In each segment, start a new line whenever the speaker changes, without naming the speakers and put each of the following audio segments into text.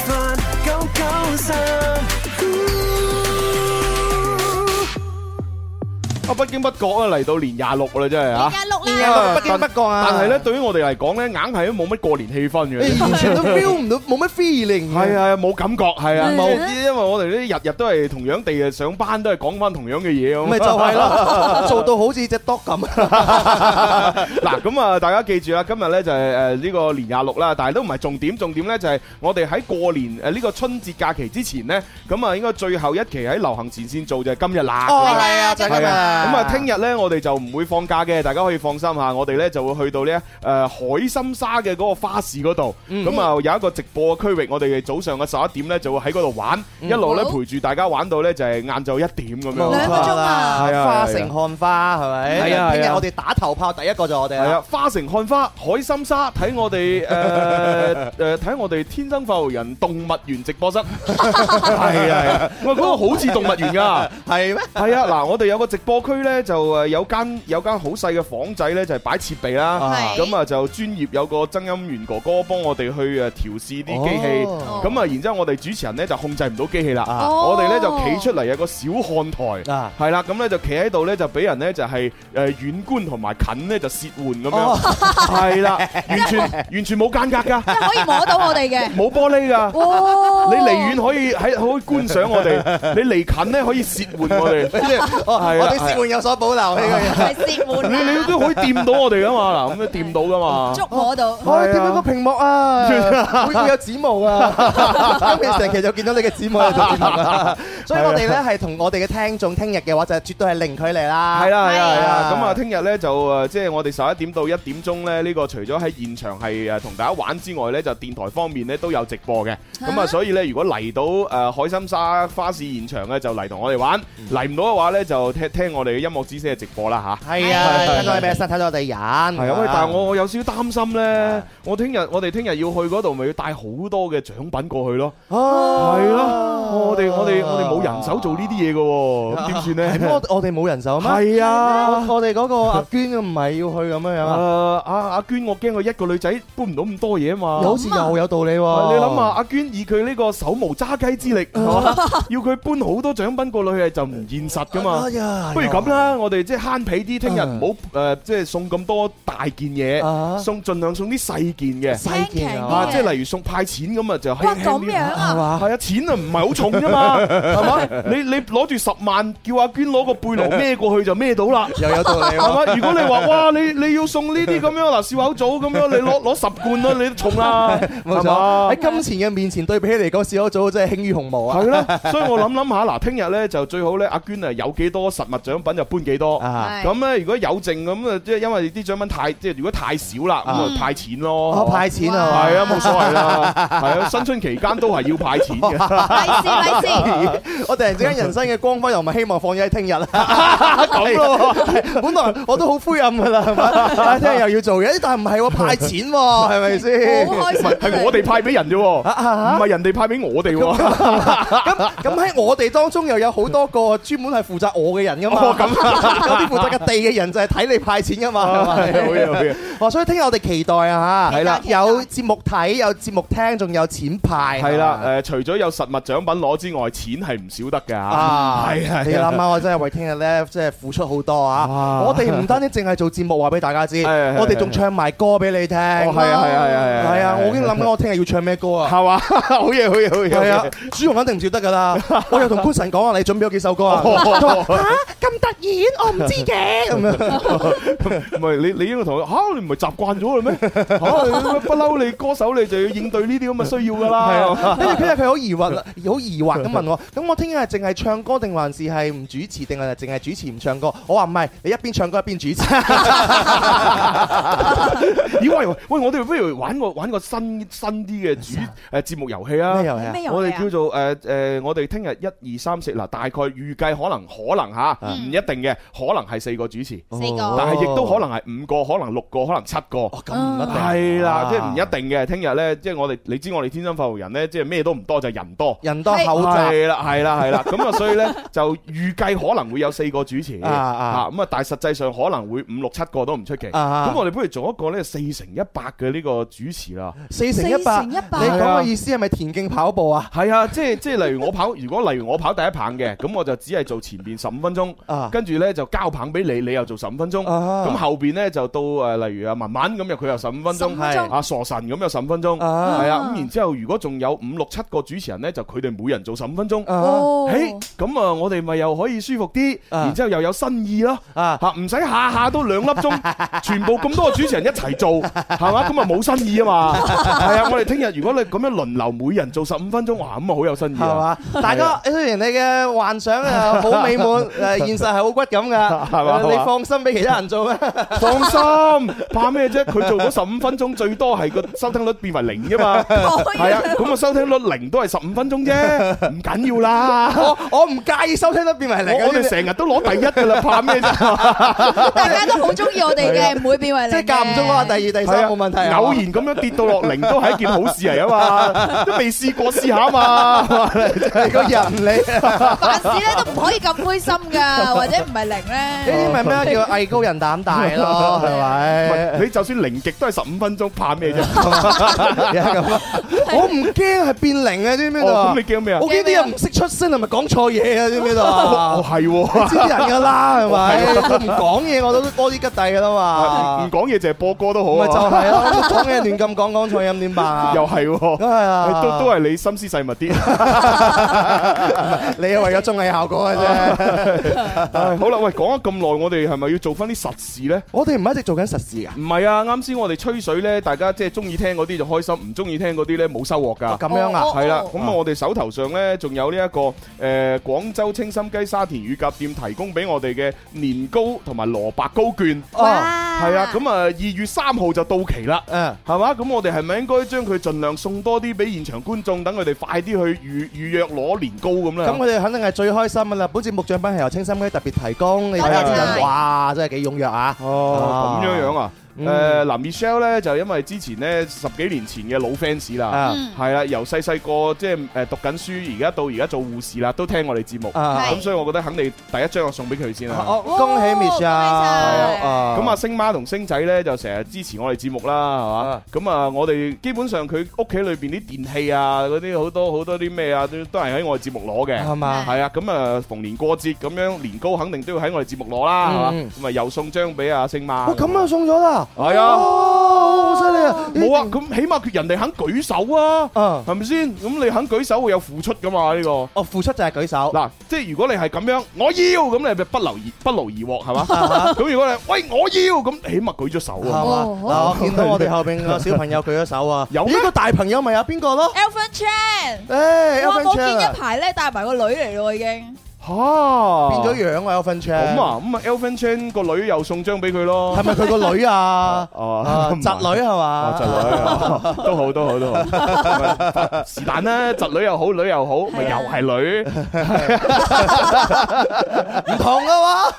發，九九三。
啊，不經不覺啊，嚟到年廿六啦，真係嚇！
年廿六啦
啊
不
但
經不覺啊
但係咧，對於我哋嚟講咧，硬係都冇乜過年氣 氛嘅，
完全都 feel 唔到，冇乜 feeling。
係啊，冇感覺，係啊，
冇
因為我哋呢日日都係同樣地啊上班，都係講翻同樣嘅嘢咁。
咪就係咯，做到好似只 dog 咁。
嗱，咁啊，大家記住啦，今日咧就係誒呢個年廿六啦，但係都唔係重點，重點咧就係我哋喺過年誒呢個春節假期之前咧，咁啊應該最後一期喺流行前線做就係今日啦。
哦，係啊，就係
係
咁
啊，
啊。
咁啊，聽日咧我哋就唔會放假嘅，大家可以放心嚇。我哋咧就會去到呢誒海心沙嘅嗰個花市嗰度，
嗯
咁啊有一個直播嘅區域，我哋早上嘅十一點咧就會喺嗰度玩，一路咧
嗯好
陪住大家玩到咧就係晏晝一點
冇
咁樣。
兩個鐘
錯啦
係啊
花
係啊
城看花係咪？
係啊係啊
聽日我哋打頭炮，第一個就我哋
係
啦。
啊，花城看花，海心沙，睇我 哋誒誒睇我哋天生快活人動物園直 播室，係啊係啊，喂嗰個好似動物園㗎。
係咩？
係啊，嗱，我哋有個直播區呢，就誒有間有間好細嘅房仔呢，就係擺設備啦。
係
咁啊就專業有個曾音員哥哥幫我哋去誒呃調試啲機器。
哦
咁啊，然之後我哋主持人呢，就控制唔到機器啦。
啊
我哋呢，就企出嚟有個小看台。
啊！
係啦，咁呢就企喺度呢，就俾人呢，就係誒遠觀同埋近呢，就切換咁
哦
樣，係啦，完全完全冇間隔㗎，
可以摸到我哋嘅。
冇玻璃㗎。
哦，
你離遠可以喺可以觀賞 我哋，你離近呢，可以切換我 哋。
哦
係啦
我對師傅有所保留呢個人。
係泄
你
滿
你
啦，
都可以掂到我哋噶嘛？嗱，咁你掂到噶嘛？
捉摸到。
我見到個屏幕 啊，會會有指模啊， 今期成期就見到你嘅指模喺度跳啊，所以我哋咧係同我哋嘅聽眾聽日嘅話就絕對係零距離啦。
係啦係啦係啦，
係
咁啊，聽日咧就誒，即係我哋十一點到一點鐘咧，呢個除咗喺現場係誒呃同大家玩之外咧，就電台方面咧都有直播嘅。咁啊，所以咧，如果嚟到誒海心沙花市現場嘅，就嚟同我哋玩；嚟唔到嘅話咧，就聽聽我哋嘅音樂之聲嘅直播啦吓。
係啊，睇到你咩身，睇到我哋人。係
係啊，喂！但係我我有少少擔心咧，我聽日我哋聽日要去嗰度，咪要帶好多嘅獎品過去咯。
哦
係咯，我哋我哋我哋冇人手做呢啲嘢嘅喎，咁點
啊
算
係咩
咧？
我我哋冇人手啊嘛。
係啊，
我我哋嗰個阿娟唔係要去咁樣樣
誒
啊？
阿阿娟，我驚佢一個女仔搬唔到咁多嘢啊嘛。
好似又有啊道理喎。
你諗下，，阿娟以佢呢個手無揸雞之
啊
力，係嘛 要佢搬好多獎品過去係就唔現實噶嘛
哎。呀，
不如咁啦，我哋即係慳皮啲，聽日唔好誒，即係送咁多大件嘢，
啊
送盡量送啲細件嘅。
細件
輕
啊，
強
啊
啲，
即係例如送派錢咁啊，就
哦哇，
輕輕
咁
啲。
樣
係
啊！
嘛？
係啊，錢啊唔係好重啫嘛，係嘛？你你攞住十萬，叫阿娟攞個背囊孭過去就孭到啦。
又有道理喎。
係嘛？如果你話哇，你你要送呢啲咁樣嗱，笑口棗咁樣，你攞攞十罐啦，你都重啦，
冇
係
錯，
嘛？
喺金錢嘅面前對比起嚟講，小組真係輕於鴻毛啊！
係啦，所以我諗諗下，嗱，聽日咧就最好咧，阿娟啊有幾多實物獎品就搬幾多。
啊，
係
咁咧，如果有剩咁啊，即係因為啲獎品太即係如果太少啦，咁啊
嗯
派錢
我
咯。
派錢啊！
係啊，冇所謂啦。係啊，新春期間都係要派 錢嘅。
利是利是，
我突然之間人生嘅光輝又唔係希望放咗喺 聽日啦，啊
咁咯
係本來我都好灰暗噶啦，係嘛？但係聽日又要做嘢，但係唔係喎派錢喎， 係咪先？
好開心。
係我哋派俾人啫喎，
啊
唔係人哋派俾我哋喎。
咁咁喺我哋當中又有好多個專門係負責我嘅人噶嘛？
哦咁
有啲負責嘅地嘅人就係睇你派錢噶嘛？係
好
咪
嘢好嘢好嘢，
哇！哦所以聽日我哋期待啊嚇，
期待期待
有節目睇，有節目聽，仲有錢派，
係啦，誒，除咗有實物獎品攞之外，錢係唔少得㗎
啊，
係係
你諗下，我真係為聽日咧，即係付出好多啊！
哇
我哋唔單止淨係做節目話俾大家知，
係係
我哋仲唱埋歌俾你聽。
哦，係啊，係啊，係啊，係啊，
係啊，我已經諗緊我聽日要唱咩歌啊！
係嘛， 好嘢，好嘢，好嘢，好
係
嘢
啊，朱紅肯定唔少得㗎啦！我又同官神講啊，你準備咗幾首歌啊？
哦
佢話吓咁突然，我唔知嘅 咁樣。
唔係你你應該同佢嚇，你唔係習慣咗 啦咩？嚇，你不嬲你歌手你就要應對呢啲咁嘅需要㗎
啊
啦。
跟住佢佢好疑惑，好疑惑咁問 我：，咁我聽日係淨係唱歌定還是係唔主持，定係淨係主持唔唱歌？我話唔係，你一邊唱歌一邊 主持。
咦喂喂，我哋不如玩個玩個新新 啲嘅主誒節目遊戲啊
咩！遊戲啊？
咩遊戲啊
我哋叫做誒誒，我哋聽日一二三四嗱，大概預計可能可能嚇，
嗯
唔一定嘅，可能係四個主持，
四個
哦
但係亦都可能係五個，可能六個，可能七個。
咁唔一定
係啦，
啊
即係唔一定嘅。聽日呢，即係我哋，你知我哋天生發育人呢，即係咩都唔多，就係人多。
人多口雜。
係啦，係啦，係啦。咁啊，所以呢，就預計可能會有四個主持
啊啊
啊咁啊，但係實際上可能會五六七個都唔出奇。
啊啊
咁我哋不如做一個呢四乘一百嘅呢個主持啦。
四乘一百，
四
你
乘一百
講嘅意思係咪田徑跑步啊？
係啊，即係即係，例如我跑，如果例如我跑第一棒嘅，咁我就只係做前邊十五分鐘，
啊
跟住呢就交棒俾你，你又做十五分鐘，咁、
啊
後邊呢就到誒，例如啊文文咁又佢又十五分鐘，
15分鐘
啊傻神咁又十五分鐘，係
啊
啊，咁然之後如果仲有五六七個主持人呢，就佢哋每人做十五分鐘。
啊
哦，
誒，咁啊，我哋咪又可以舒服啲，
啊
然之後又有新意咯，
啊
嚇唔使下下都兩粒 鐘，全部咁多個主持人一齊做，係嘛？咁啊冇新意啊嘛，係啊！我哋聽日如果你咁樣輪流每人做十五分鐘，哇，咁啊好有新意
係
啊！
嘛？大家雖然你嘅幻想啊好 美滿，誒現實係好骨感噶，
係嘛
你放心俾其他人做 咩？
放心，怕咩啫？佢做嗰十五分鐘最多係個收聽率變為零啫嘛，係 啊，咁啊收聽率零都係十五分鐘啫，唔緊要 啦。
我我唔介意收聽得變為零
我
嘅，
我哋成日都攞第一噶啦，怕咩啫？
大家都好中意我哋嘅，唔會變為
即係間唔中話第二、第
係
三
啊
冇問題啊。
偶然咁樣跌到落零都係一件好事嚟啊嘛，都未試過試下啊嘛。
你個人 你呢
凡事咧都唔可以咁灰心噶，或者唔係零咧。
啲咪咩叫藝高人膽大咯？ 係咪？
你就算零極都係十五分鐘，怕 咩啫？
係啊咁啊我唔驚係變零嘅，知唔知道
哦，
啊
咁你？驚咩啊
我？驚啲人唔識出聲，係咪講錯嘢啊？知唔知道 啊
哦，？係喎。
知人噶啦，係咪？我唔講嘢我都多啲吉弟噶啦
唔
嘛，
講嘢淨係播歌都好
咪就
啊，
係咯，講嘢亂咁講，講錯音 點辦啊？
又係喎，
梗係啊，
都 都係你心思細密啲。
你係為咗綜藝效果嘅啫。
唉好啦，喂，講咗咁耐，我哋係咪要做翻啲實事呢？
我哋唔係一直做緊實事
唔係啊，啱先我哋吹水呢，大家即係中意聽嗰啲就開心，唔中意聽嗰啲呢冇收穫
㗎，。
㗎
咁樣啊？
係啦，
哦
咁啊，我哋手頭上呢，仲有呢、一個誒、呃、廣州清心雞沙田乳鴿店提供俾我哋嘅年糕同埋蘿蔔糕券，
哦，
係啊，咁啊二月三號就到期啦。
嗯，
係嘛？咁我哋係咪應該將佢盡量送多啲俾現場觀眾，等佢哋快啲去預預約攞年糕咁咧？
咁佢哋肯定係最開心噶啦。本節目獎品係由清心雞特別提供，你睇下啲人，哇，真係幾踴躍啊！
哦，咁樣樣啊？誒嗱，Michelle 咧就因為之前咧十幾年前嘅老 fans 啦，
啊
係啦，由細細個即係誒讀緊書，而家到而家做護士啦，都聽我哋節目，
啊！
咁所以我覺得肯定第一張我送俾佢先啦。
哦，恭喜 Miss 啊！
咁啊，星媽同星仔咧就成日支持我哋節目啦，係嘛？咁啊，我哋基本上佢屋企裏邊啲電器啊，嗰啲好多好多啲咩啊，都都係喺我哋節目攞嘅。
係嘛？
係啊，咁啊，逢年過節咁樣，年糕肯定都要喺我哋節目攞啦，係嘛
嗯？
咁啊，又送張俾阿星媽。
我咁啊送咗啦！
係啊，
哦，好犀利啊！
冇啊，咁起碼佢人哋肯舉手啊，
啊
係咪先？咁你肯舉手會有付出噶嘛？呢個
哦，付出就係舉手。
嗱，即係如果你係咁樣，我要咁你咪不勞而不勞而獲係嘛？咁如果你喂我要咁，起碼舉咗手
係
啊。
嘛？嗱，我見到我哋後邊個小朋友舉咗手啊！
有咩
呢個大朋友咪有邊個咯？
Alvin Chan，
誒 e l
哇
v i
我
n
見
Chan
一排咧帶埋個女嚟咯，已經。
嚇
變
變
咗樣啊 e l v i n Chan。
咁，啊，咁啊，Elvin Chan 個女又送張俾佢咯
係。咪佢個女啊？啊
哦
侄女係
啊，
嘛？
侄女啊， 都好，都好， 都好，咪是但啦，侄女又好，女又好，咪又係 女，
唔同啊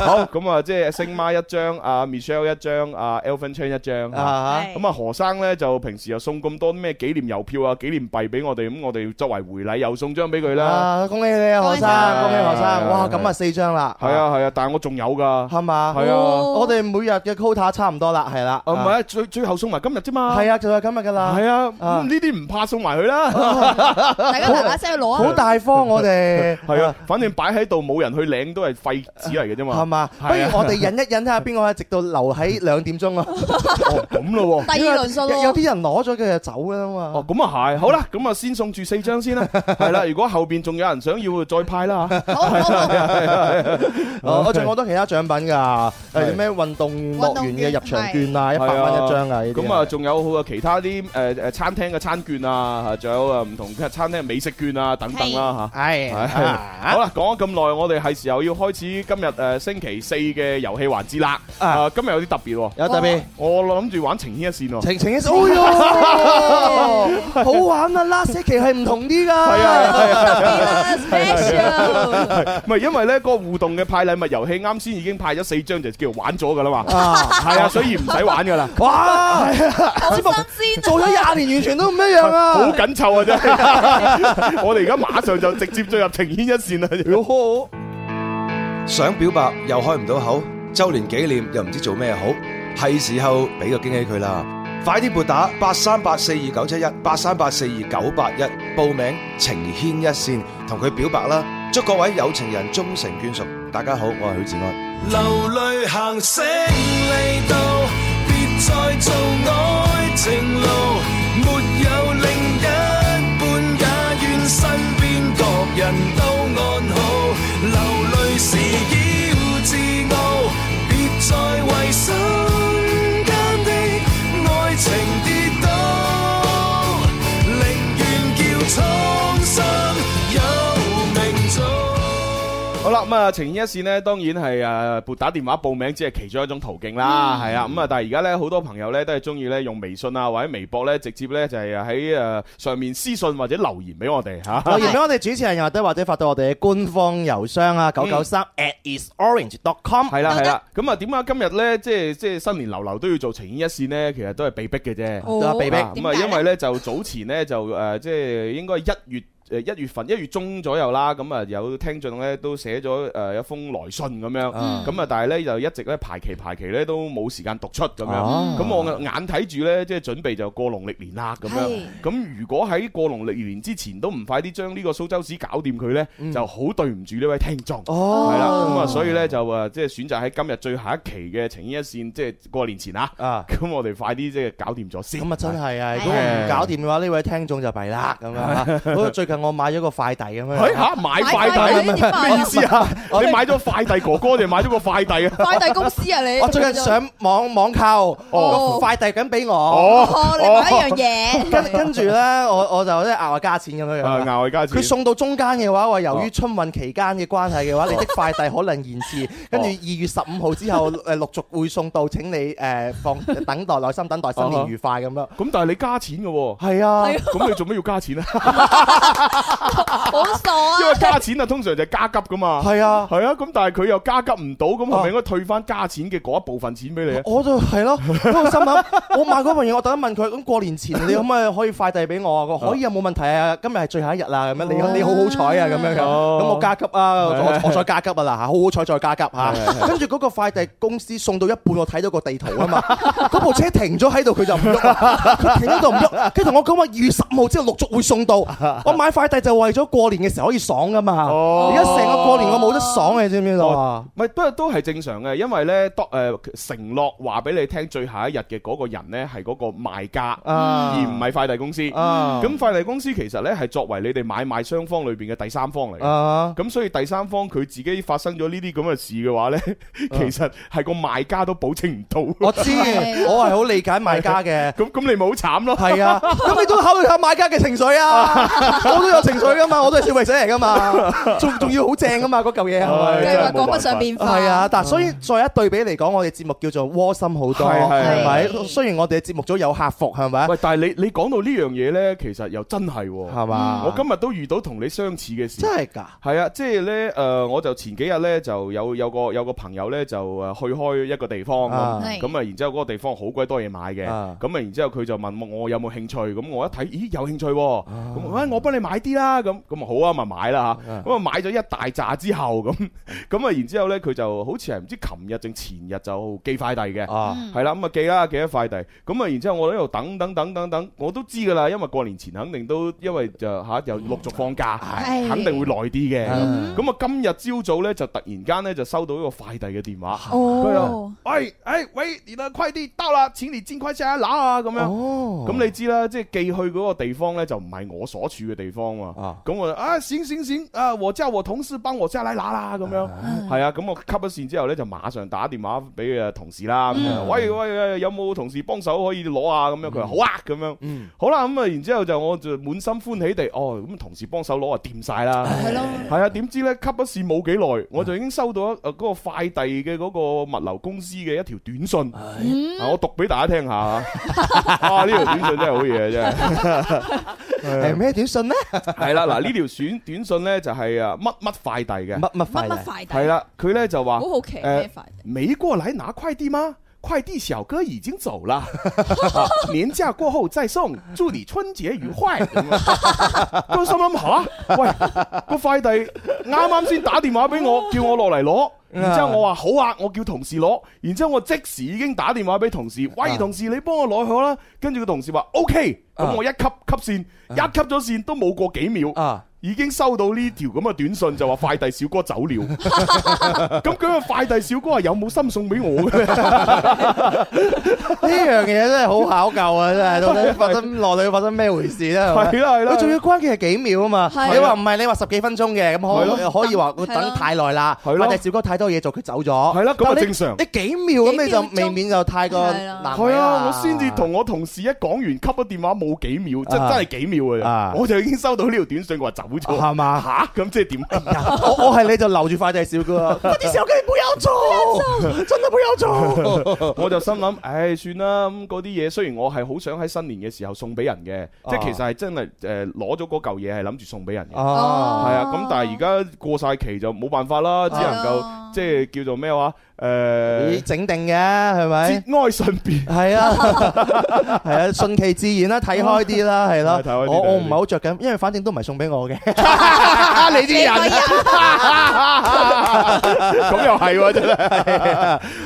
好咁啊，即係星媽一張，阿 Michelle 一張，阿 Elvin Chan 一張，
嘛？啊
係
咁啊何生咧就平時又送咁多咩紀念郵票啊、紀念幣俾我哋，咁我哋作為回禮又送張俾佢啦。
啊！恭喜你啊，何生！
恭喜
恭喜學生，哇，咁啊四張啦，
係啊係啊，但係我仲有㗎，
係嘛？
係啊，
我哋每日嘅 quota 差唔多啦，係啦，
啊唔係啊，最最後送埋今日啫嘛，
係啊，就係今日噶啦，
係啊，
啊
咁呢啲唔怕送埋佢啦，
大家嗱嗱聲去攞
好
啊！
大方我哋，
係啊，反正擺喺度冇人去領都係廢紙嚟嘅啫
係
嘛，
嘛？不如我哋忍一忍，睇下邊個可以直到留 喺兩點鐘咯。
哦咁咯喎。
第二輪數
有有
咯，
啲人攞咗佢就走㗎啦嘛。
哦，咁啊係，好啦，咁啊先送住四張 先啦，係啦，如果後邊仲有人想要，再派啦嚇。
好好好，
哦我仲有好多其他獎品㗎，
係
誒咩運動樂園嘅入場券啊，一百
係
蚊一張啊，呢啲
咁啊，仲有好啊，其他啲誒誒餐廳嘅餐券啊，仲有啊唔同嘅餐廳嘅美食券啊，等等啦
係
嚇。係好啦，講咗咁耐，我哋係時候要開始今日誒星期四嘅遊戲環節啦。啊，今日有啲特別喎，
有特別
我諗住玩情牽一線喎。
晴晴一，哦 呦，好玩啊！拉斯奇係唔同啲㗎，係
啊係啊
特別啦，special，
唔 係因為咧個互動嘅派禮物遊戲，啱先已經派咗四張，就叫做玩咗㗎啦嘛。
啊，
係啊，所以唔使玩㗎啦。
哇，
好新鮮啊！
做咗廿年完全都唔一樣
好
啊！
緊湊啊！真係， 我哋而家馬上就直接進入情牽一線啦。
想表白又開唔到口，周年紀念又唔知做咩好，係時候俾個驚喜佢啦！快啲撥打八三八四二九七一八三八四二九八一報名情牽一線，同佢表白啦！祝各位有情人終成眷屬。大家好，我係許志安。
流淚行勝利道，別再做愛情路，沒有另一半，也願身邊各人都安好。流淚時要自傲，別再為身間的愛情跌倒，寧願叫蒼生有明早。
好啦，咁啊，情牽一線呢，當然係誒撥打電話報名，只係其中一種途徑啦，係啊，咁啊，但係而家呢，好多朋友呢，都係中意呢用微信啊或者微博呢，直接呢就係喺誒上面私信或者留言俾我哋嚇。
留言俾我哋主持人又或者或者發到我哋嘅官方郵箱啊，九九三 at isorange.com。
嗯係啦係啦，咁啊點解今日呢？即係即係新年流流都要做情牽一線呢？其實都係被逼嘅啫。
哦
都係被逼
啊咁啊，
點解
因為咧就早前咧就誒、呃即係應該一月。誒一月份一月中左右啦，咁啊有聽眾咧都寫咗呃誒一封來信咁樣，咁啊
嗯
但係咧就一直咧排期排期咧都冇時間讀出咁樣，
哦
咁我眼睇住咧即係準備就過農曆年啦咁樣
係，
咁如果喺過農曆年之前都唔快啲將呢個蘇州市搞掂佢咧，就好對唔住呢位聽眾。
嗯哦
係啦，咁啊，所以咧就誒，即係選擇喺今日最後一期嘅情牽一線，即係過年前啊，
啊
咁我哋快啲即係搞掂咗先。
咁啊，真係啊！
係
如果唔搞掂嘅話，呢位聽眾就弊啦咁樣啊。好似最近我買咗個快遞咁
係
樣，
嚇買快遞
買快遞
咩意思啊？你買咗快遞哥哥定買咗個快遞啊？
快遞公司啊你！
我最近上網網購，
哦
快遞緊俾我，
哦
哦，另外一樣嘢，
跟跟住咧，我我就即係額外加錢咁樣
啊，
樣。
額外加錢
佢。送到中間嘅話，話由於春運期間嘅關係嘅話，你的快遞可能延 遲，跟住二月十五號之後誒陸續會送到，請你誒 放等待，耐心等待，新年愉快咁樣。
咁但係你加錢嘅喎，
係啊，
咁你做咩要加錢啊？
好傻
因為
啊！
加錢啊，通常就係加急噶嘛。
係啊。
係啊，咁但係佢又加急唔到，咁係咪應該退翻加錢嘅嗰一部分錢俾你啊？
我就係咯，我心諗，我買嗰份嘢，我特登問佢，咁過年前你可唔可以可以快遞俾我啊？佢話可以啊，冇問題啊，今日係最後一日啦，咁樣你你好好彩啊，咁樣咁，
哦
咁我加急啊，我
係
我再加急啊啦嚇，好好彩再加急嚇，跟住嗰個快遞公司送到一半，我睇到個地圖啊嘛， 嗰部車停咗喺度，佢就唔喐啦，佢停喺度唔喐，跟住同我講話二月十五號之後陸續會 送到，我買快遞就為咗過年嘅時候可以爽噶嘛，
哦
而家成個過年我冇得爽，你知唔知道啊？
唔係，不過都係正常嘅，因為咧，當誒承諾話俾你聽最後一日嘅嗰個人咧，係嗰個賣家，
啊
而唔係快遞公司。
啊
咁快遞公司其實咧係作為你哋買賣雙方裏邊嘅第三方嚟嘅。
啊！
咁所以第三方佢自己發生咗呢啲咁嘅事嘅話呢，其實係個賣家都保證唔到。
我 知，我係好理解賣家嘅。
咁咁你咪好慘咯。
係 啊，咁你都考慮下買家嘅情緒啊！我都有情緒噶嘛，我都係消費者嚟噶 嘛，仲仲要好正噶嘛，嗰嚿嘢係
唉
咪？
真係
計劃
冇辦
講
法
不上變化，
係啊，但所以再一對比嚟講，我哋節目叫做窩心好多，
係係
係咪？
係
雖然我哋嘅節目組有客服，係咪？
啊喂，但係你你講到呢樣嘢呢，其實又真係喎。
係嘛？
我今日都遇到同你相似嘅事。
真係㗎，
係啊，即係咧，誒、我就前幾日咧就有有個有個朋友咧就誒去開一個地方
啊
咁，
係
咁啊，然之後嗰個地方好鬼多嘢買嘅，咁
啊
啊，然之後佢就問我有冇興趣，咁我一睇，咦有興趣喎，咁啊我幫你買買啲啦，咁咁好啊，咪買啦嚇。咁啊買咗一大扎之後，咁咁啊，然之後呢，佢就好似係唔知琴日定前日就寄快遞嘅。
啊，
係啦，咁啊寄啦，寄咗快遞，咁啊然之後我喺度等等等等等，我都知噶啦，因為過年前肯定都因為就吓又陸續放假，
係
肯定會耐啲嘅。
嗯
咁啊今日朝早咧就突然間咧就收到一個快遞嘅電話，
哦，
喂哎喂，你的快遞到啦，請你盡快下來拿啊咁樣。
哦
咁你知啦，即係寄去嗰個地方咧就唔係我所處嘅地方喎
啊。
咁我就啊閃閃閃啊，我叫我同事幫我下來拿啦咁樣。係啊，咁我吸咗線之後咧，就馬上打電話俾誒同事啦。咁
嗯
樣，喂喂，喂有冇同事幫手可以攞啊？咁樣佢話好啊，咁樣。
嗯
好啦，咁啊，然之後就我就滿心歡喜地，哦，咁同事幫手攞啊，掂晒啦。
係咯，
係啊，點知咧吸咗線冇幾耐，我就已經收到一誒呃嗰個快遞嘅嗰個物流公司嘅一條短信。啊我讀俾大家聽下啊！啊，呢條短信真係好嘢，真係。
係咩短信呢？
係啦，嗱呢條短短信咧就係啊乜乜快遞嘅。
乜乜快
乜乜
遞？
快遞？
係，啦，佢咧就話
好。好奇
呃
咩快遞？
没过来拿快递吗？快递小哥已经走了，年假过后再送，祝你春节愉快。 咁我心谂吓，喂，個快遞啱啱先打電話俾我，叫我落嚟攞。然之後我話好啊，我叫同事攞。然之後我即時已經打電話俾同事，喂，同事你幫我攞好啦。跟住個同事話 OK，咁我一吸吸線，一吸咗線都冇過幾秒，
啊，
已經收到呢條咁嘅短信，就話快遞小哥走了。咁佢個快遞小哥係有冇心送俾我嘅咧？
呢樣嘢真係好考究啊！真係到 底發生內裏發生咩回事咧？係咪
係啦係啦
佢仲要關鍵係幾秒啊嘛！
係啊
你話唔係，你話十幾分鐘嘅
係
咁可可以話佢
係咯
等太耐啦，
係
或
咯
者小哥太多嘢做，佢走咗。
係啦咁啊
但你
正常
你幾秒咁你就
幾秒鐘
未免就太過
係啦
難為
係啊，
啦
我先至同我同事一講完，吸咗電話冇幾秒，真
啊
真係幾秒嘅
啊
啫，我就已經收到呢條短信，我話走咗。
係嘛
吓，咁即係點？
我我係你就留住快遞小哥啊！快遞小哥你不要 走，真的不要走。
我就心諗，唉，算啦，咁嗰啲嘢雖然我係好想喺新年嘅時候送俾人嘅，即係其實係真係诶攞咗嗰嚿嘢係諗住送俾人嘅。
哦，
係啊，咁但係而家過晒期就冇辦法啦，只能夠即係叫做咩話诶，
整定嘅係
節
咪？
哀順變。
係啊， 係啊，順其自然啦，睇開啲啦，係咯我
係睇開。啲睇開啲
我唔係好着緊，因為反正都唔係送俾 我嘅。你啲人
咁又係喎，真係。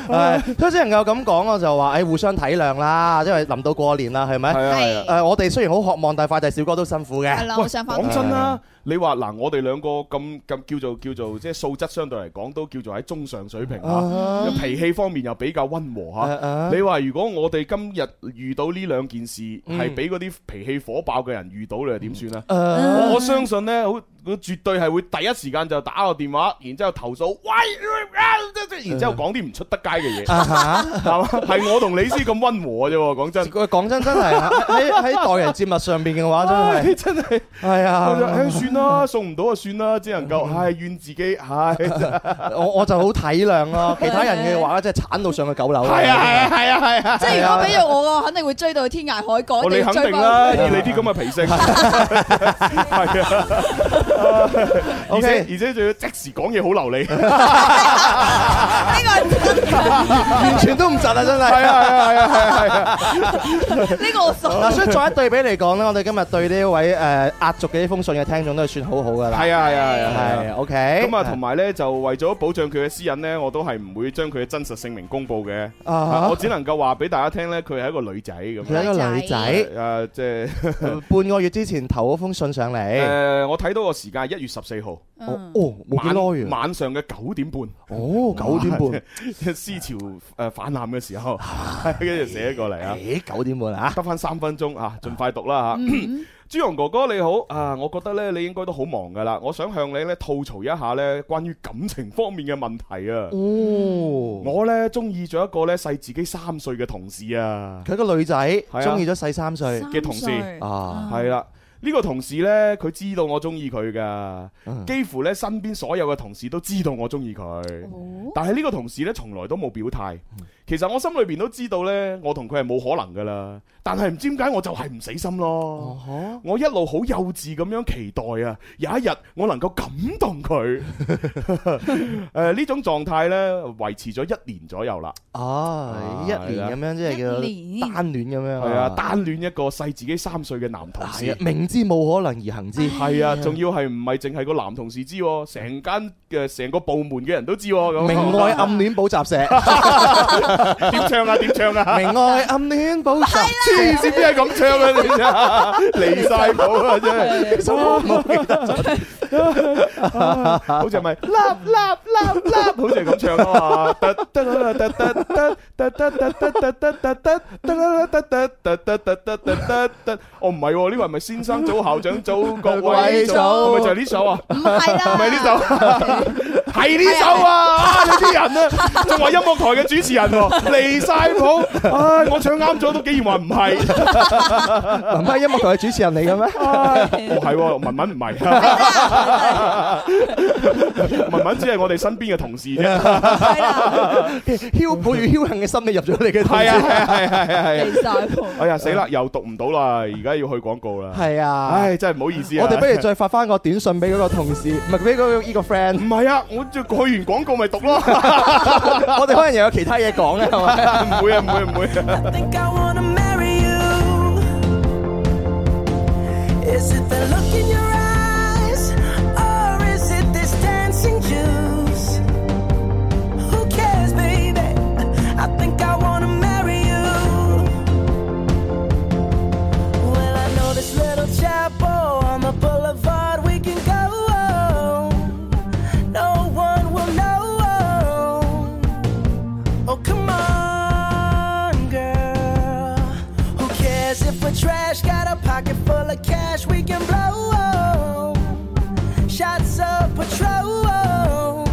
係，所以只能夠咁講，我就話誒互相體諒啦，因為臨到過年啦，係咪？
係啊係啊
係
誒，我哋雖然好渴望，但係快遞小哥都辛苦嘅。
係啦，
喂
我想翻
講真啦，你話嗱，我哋兩個咁咁叫做叫做即係素質相對嚟講都叫做喺中上水平
啊
嚇，脾氣方面又比較温和
啊啊
嚇。你話如果我哋今日遇到呢兩件事，係俾嗰啲脾氣火爆嘅人遇到，你又點算呢？
誒
我我相信呢，好佢絕對係會第一時間就打個電話，然之後投訴，喂，啊然之後講啲唔出得街嘅嘢，
啊嚇！
係嘛？係我同李斯咁温和啫喎，講真。
講真真係啊喺喺待人接物上邊嘅話，真係
真係。
係
我就唉
啊！
算啦，送唔到就算啦，只能夠唉怨自己 唉。係
我我就好體諒咯，其他人嘅話真係鏟到上去九樓。
啊係啊係啊係啊！
即係如果俾咗我，我肯定會追到天涯海角，
我
一
你
定
肯
追
定
翻
啦，
佢。
以你啲咁嘅脾性， 係 啊，而
OK
且而且仲要即時講嘢好 流利，係
呢個係真嘅，
完全都唔窒啊！真係。
啊係啊係啊係啊！
呢個我
嗱，
傻。
所以作一對比嚟講咧，我哋今日對呢位誒壓軸嘅呢封信嘅聽眾都係算好好噶啦。
係啊係啊係啊！
係 OK。
咁啊，同埋咧就為咗保障佢嘅私隱咧，我都係唔會將佢嘅真實姓名公佈嘅，
啊
我只能夠話俾大家聽咧，佢係一個女仔咁
佢係
樣。
一個女仔，
誒啊即係
半個月之前投嗰封信上嚟。
誒，我睇到個時間係一月十四號。
嗯
哦，哦冇幾耐
晚
完。
晚上嘅九點半，
哦，九點 半。
思潮
啊
誒泛濫嘅時候，跟住寫咗過嚟啊，
誒，九點半啊。
得翻三分鐘啊，盡快讀啦
嗯
嚇。
嗯
朱紅哥哥你好啊，我覺得咧你應該都好忙噶啦，我想向你咧吐槽一下咧關於感情方面嘅問題啊。
嗯哦。
我咧中意咗一個咧細自己三歲嘅同事啊，
佢一個女仔，
啊
中意咗細三歲。
嘅同事
啊，
係啦。呢個同事呢，佢知道我中意佢噶，幾乎呢哦
哦
身邊所有嘅同事都知道我中意佢。但係呢個同事呢，從來都冇表態。其其實我心裏邊都知道呢，我同佢係冇可能噶啦，但係唔知點解我就係唔死心
哦
咯。我一路好幼稚咁樣期待啊，有一日我能夠感動佢。誒呢種狀態呢，維持咗一年左右啦。
啊，一年咁樣即
一
係
年
叫單戀咁樣。
係啊，單戀一個細自己三歲嘅男同事
係。啊，明知冇可能而行之。
係啊，仲要係唔係淨係個男同事知喎，成間嘅成個部門嘅人都知喎咁。
明愛暗戀補 習社，
點唱啊？點唱啊？
明愛暗戀補習
黐線邊係咁唱啊？你真係離晒譜啊！真係。好似係咪 love love love love，好似係咁唱啊嘛。得得得得得得得得得得得得得得得得得得得得得得得。哦，唔係喎，呢個係咪先生組校長組各位組？係咪就係呢首啊？
唔係啦，
唔係呢首，係呢首啊！啊你啲人啊，仲話音樂台嘅主持人喎，離晒譜。唉，我唱啱咗都竟然話唔係，
社，唔係音樂台嘅主持人嚟嘅咩？
哦係喎，文文唔係，文文只係我哋身邊嘅同事啫。
係啦，
僥抱住僥倖嘅心理入咗你嘅肚
係啊係啊係啊係啊係啊！
離晒譜。
哎呀死啦，又讀唔到啦，而家要去廣告啦。
係啊，
唉，真係唔好意思啊。
我哋不如再發翻個短信俾嗰個同事，唔係俾嗰個呢個 friend，
唔係啊，我就去完廣告咪 讀咯。
我哋可能又有其他嘢講咧，係 咪？
唔會啊唔會啊唔會啊。
think I wanna marry you. Is it the look in your eyes, or is it this dancing juice? Who cares, baby? I think I wanna marry you. Well, I know this little chapel on the boulevard we can go. No one will know. Oh, come on, girl. Who cares if we're trash? Got a pocket full of cash we can blow. Shots of patrol.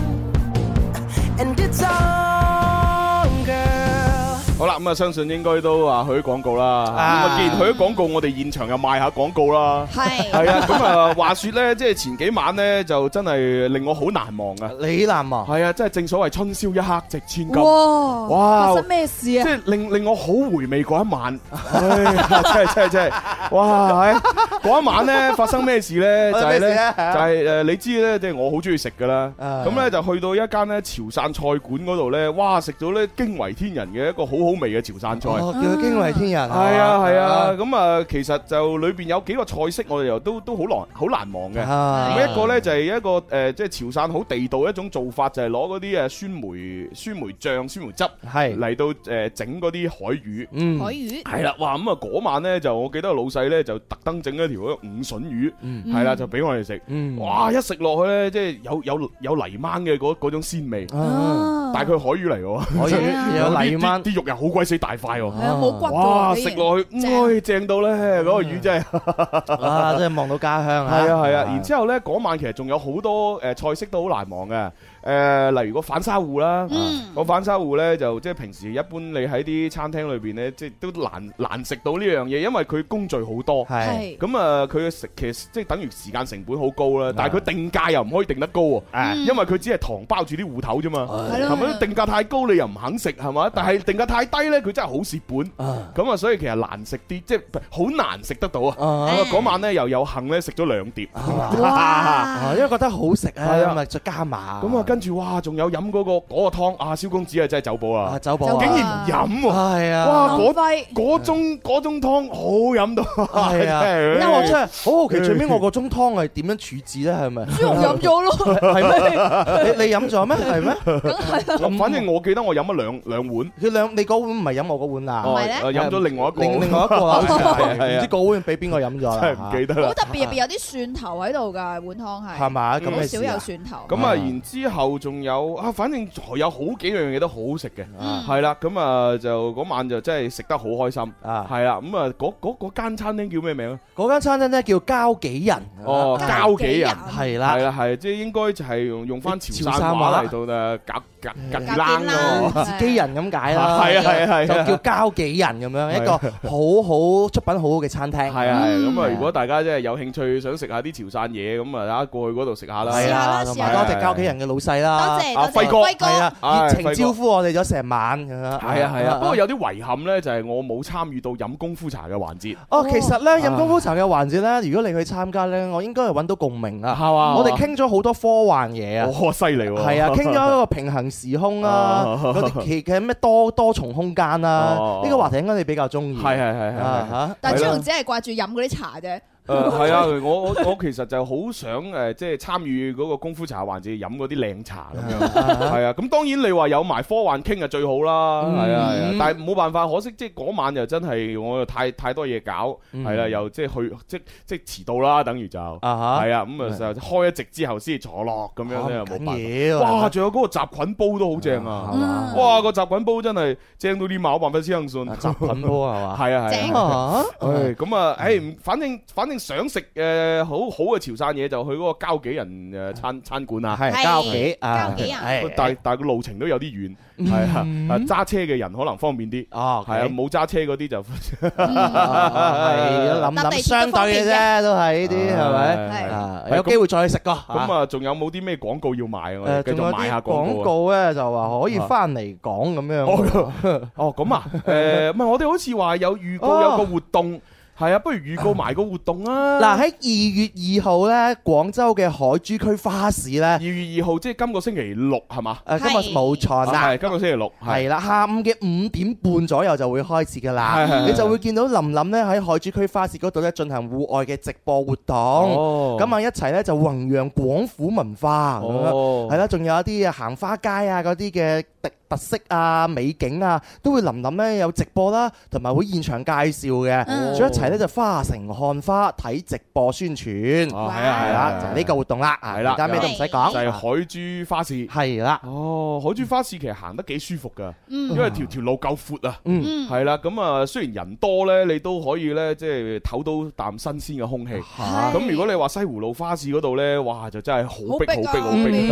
And it's on, girl.
好啦，咁啊，相信應該都啊去咗廣告啦。咁啊，既然去咗廣告，我哋現場又賣下廣告啦。
係
係啊，咁啊，話說咧，即係前幾晚咧，就真係令我好難忘 啊。
你難忘
係啊，真係正所謂春宵一刻值千金。
哇
哇
哇，發生咩事
即
啊？
係令令我好回味嗰一晚，唉，真係真係真係，哇！唉嗰一晚咧發生咩事 咧？就
發生咩
係
事
咧，
呢
就係誒，你知咧，即係我好中意食噶啦。
啊
咁咧就去到一間咧潮汕菜館嗰度咧，哇！食到咧驚為天人嘅一個好好味嘅潮汕菜。
哦，叫佢驚為天人。
係啊係啊，
係
咁啊其實就裏邊有幾個菜式我哋又都都好難好難忘嘅。
嘛，
啊咁一個咧就係一個誒，即係潮汕好地道一種做法，就係攞嗰啲誒酸梅酸梅醬、酸梅汁
係，
嚟到誒整嗰啲海魚。
嗯，
海魚
係啦，哇！咁啊嗰晚咧就我記得老細咧就特登整一條嗰個五筍魚，
嗯
係啦就俾我哋食，
嗯，
哇！一食落去咧，即係有有有泥鯭嘅嗰嗰種鮮味，
啊，
但係佢海魚嚟喎，
我有有
啲
黎
啲
蚊，
啲肉又好鬼死大塊喎，
係啊，冇骨㗎喎
哇！
呢
食
樣
落去，
正
唉正到咧，
嗯
嗰個魚真係
啊，真係望到家鄉啊！
係啊係啊！然之後咧嗰晚其實仲有好多誒菜式都好難忘嘅，誒例如個反沙芋啦。
嗯，
個反沙芋咧就即係平時一般你喺啲餐廳裏邊咧，即係都難難食到呢樣嘢，因為佢工序好多。
係
係
咁啊，佢嘅食其實即係等於時間成本好高
啊
啦，但係佢定價又唔可以定得高喎，
嗯
因為佢只係糖包住啲芋頭啫嘛，
係
係
咯
咪？定價太高你又唔肯食係嘛？但係定價太低呢，佢真係好蝕本。
啊
咁啊，所以其實難食啲，即係好難食得到啊！
啊
咁啊嗰晚呢，又有幸呢，食咗兩碟，
哇！
啊，因為覺得好食啊，
係啊
咁啊再加碼。
咁啊跟住哇，仲有飲嗰個嗰個湯啊，蕭公子啊真係走寶
啊，
啊，
走步
走寶
竟
啊，
然唔飲喎！
係
哇
啊，
嗰
浪費
嗰盅嗰盅湯好飲到，
係啊，
真係
因
嗯
為我真係好好奇最尾我個盅湯係點樣處置咧？係咪？
豬肉飲咗咯，
係咩？你你飲咗咩？係咩？
梗係 啦，
我反正我記得我飲咗兩兩碗，
佢兩你嗰碗唔係飲我嗰碗啦，
唔
哦
係呢
誒飲咗另外一個，
另另外一個啦，好似
係啊係
係唔
啊
知嗰碗俾邊個飲咗啦？
真係唔記得啦
好。特別，入邊有啲蒜頭喺度㗎，碗湯
係
係，
嘛？咁
好
嘅
少
事
有
啊
蒜頭。
咁啊，
啊
然之後仲有啊，反正有好幾樣嘢都好好食嘅，
嗯
係啦，咁啊就嗰晚就真係食得好開心，
啊！
係啦，咁啊嗰嗰嗰間餐廳叫咩名啊？
嗰間餐廳咧叫交幾人，
哦，交幾人，
係
係
啦，
啦係，即係應該就係用用翻潮
潮汕
汕
話
話
啦
嚟到誒夾夾夾
夾
冷
幾
咯
冷，
自己人咁解啦，
係啊係啊係啊
就叫交幾人咁樣一個好好出品好好嘅餐廳，
係啊係啊，咁啊
嗯
如果大家真係有興趣想食下啲潮汕嘢，咁啊大家過去嗰度食下啦，
係
試下
啊，
啦
同
試下
埋
啦
多謝交幾人嘅老細世啦，
多謝
啊
多謝，
輝哥
輝
係啊，
唉
熱情
輝哥
招呼我哋咗成晚咁樣
係啊係啊，不過有啲遺憾呢，就係我冇參與到飲功夫茶嘅環節，
哦，其實咧飲功夫茶嘅環節咧，如果你去參加咧，我應該係揾到共鳴啊！
係嘛
我哋傾咗好多科幻嘢啊！
哦，犀利喎！
係啊，傾咗一個平衡時空啊，
哦
嗰啲其嘅咩多多重空間啊
哦，
呢個話題應該你比較中意。
係係係係係。
啊
但
係
朱
啦
紅只係掛住飲嗰啲茶啫，
誒係啊，我我我其實就好想誒，即係參與嗰個功夫茶環節，飲嗰啲靚茶咁
嗯
樣。係啊，咁當然你話有埋科幻傾就最好啦，係啊，係啊
嗯
但係冇辦法，可惜即係嗰晚又真係我又太太多嘢搞，
嗯
係啦，又即係去即即係遲到啦，等於就係
啊哈
啊，咁啊就開一席之後先坐落咁樣咧，又
嚇，
冇
唔
辦
緊要
法。哇！
啊，
仲有嗰個雜菌煲都好正
係
啊！
嗯
嘛？
哇！個雜菌煲真係正到啲冇辦法相信。
啊集菌煲係嘛？
係啊係
正
啊。
啊
唉，咁啊，唉，唔反正反正想食誒好好嘅潮汕嘢，就去嗰個交幾人誒餐餐館啊。
係
係
交俾
交俾啊
係
但但個路程都有啲
嗯
遠，係啊，啊揸車嘅人可能方便啲，
哦，
係啊，冇揸車嗰啲就
嗯
係 諗諗相對嘅啫，都係呢啲係咪？
係
啊，
係
有機會再去食過
咁
咁
啊，仲有冇啲咩廣告要賣啊？我
誒，
哋繼
仲
續
有
賣下
啲
廣
廣
告啊。
告咧就話可以翻嚟講咁樣。
哦，咁啊，誒，唔係我哋好似話有預告有
哦
個活動，係啊，不如預 告埋個活動啊。
嗱，喺二月二號咧，廣州嘅海珠區花市咧
二，月二號即係今個星期六係嘛？啊
誒今日冇錯啦
係。今個星期六係
啊係啦，下午嘅五點半左右就會開始噶
係係
啦，
係
你就會見到林林咧喺海珠區花市嗰度咧進行戶外嘅直播活動，
哦
咁啊一齊咧就弘揚廣府文化，咁樣
哦
係啦，仲有一啲啊行花街啊嗰啲嘅特特色啊美景啊，都會林林咧有直播啦，同埋會現場介紹嘅，
嗯
仲有一齊咧就花城看花睇直播宣傳，係
哦係啊係
啦，
啊，
就係呢個活啊動啦，
係啦
大家咩都唔使
就係
講，
海珠花市。
係啦，
哦，海珠花市其實行得幾舒服噶，
嗯
因為條條路夠闊啊。
嗯。
係啦，咁啊，雖然人多呢，你都可以呢，即係唞到啖新鮮嘅空氣。
係
咁如果你話西湖路花市嗰度呢，哇，就真係好逼，
好逼啊
好逼，好逼。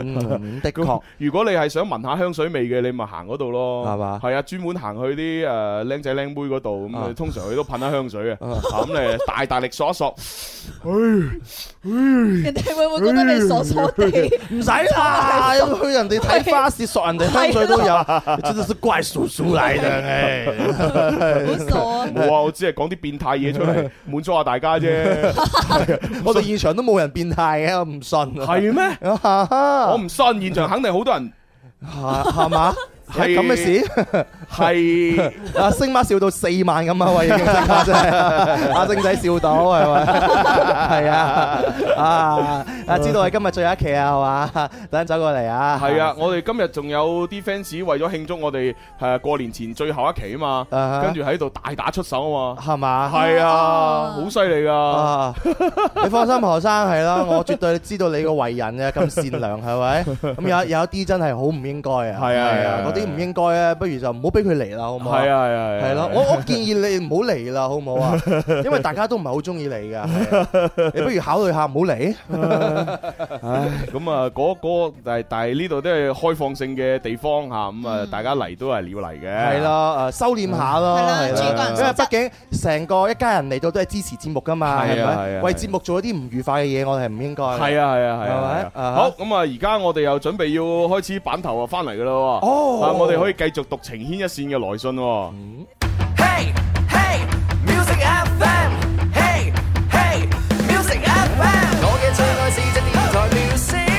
嗯，的確
咁。如果你係想聞下香水味嘅，你咪行嗰度咯，
係嘛
係啊，專門行去啲誒靚仔靚妹嗰度，咁啊
啊
通常佢都噴下香水嘅，
啊
咁你大大力索 一索，
人哋會唔會覺得你傻傻地？
唔使啦，去人哋睇花市索人哋香水都有，真的是怪叔叔嚟嘅，唉
好傻啊！
冇啊，我只係講啲變態嘢出 嚟，滿足下大家啫。
我哋現場都冇人變態嘅，我唔信。
係咩？我
我
唔信，現場肯定好多人
係嘛？
係
係咁嘅 事，
係。
阿星媽笑到四萬咁啊！喂，已 經星媽真係，阿星仔笑到係咪？係啊，啊啊！知道係今日最後一期啊，係嘛？ 等陣走過嚟啊！
係啊，我哋今日仲有啲 fans 為咗慶祝我哋誒過年前最後一期啊嘛，
啊哈
跟住喺度大打出手啊嘛，
係嘛？
係啊，
哦
好犀利噶，
啊！你放心，何生係 啦，我絕對知道你個為人啊嘅咁善良，係咪？咁有有一啲真係好唔應該啊！
係啊
係
係啊
嗰啲唔應該咧，不如就唔好俾佢嚟啦，好唔好？
係。啊係 啊
係咯，我我建議你唔好嚟啦，好唔 好啊？因為大家都唔係好中意你㗎，係啊你不如考慮下唔好嚟。
咁啊嗰嗰但係但係呢度都係開放性嘅地方嚇，咁啊大家嚟都係要嚟嘅，
嗯係，咯，誒收斂下咯，
係啦
係
注意個人
因為
素質
畢竟成個一家人嚟到都係支持節目㗎嘛，
係
係
啊係啊
咪？為
係啊
節目做一啲唔愉快嘅嘢，我哋係唔應該。
係啊係啊係
係
啊
咪，
係
啊
啊
哈
好咁啊而家我哋又準備要開始板頭啊翻嚟噶啦喎，
哦嗯
啊我哋可以繼續讀情牽一線嘅來信喎。
Hey, hey, music FM. Hey, hey, music FM. 我嘅最愛是只電台 music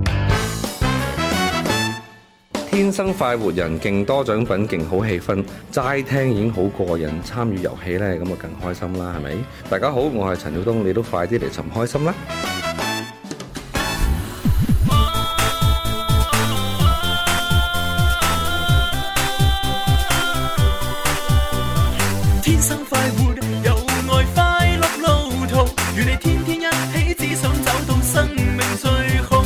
FM。
天生快活人，勁多獎品，勁好氣氛，齋聽已經好過癮，參與遊戲呢，咁啊更開心啦，係咪？大家好，我係陳曉東，你都快啲嚟尋開心啦！
天生快活，有愛快樂路途，與你天天一起，只想找到生命最好。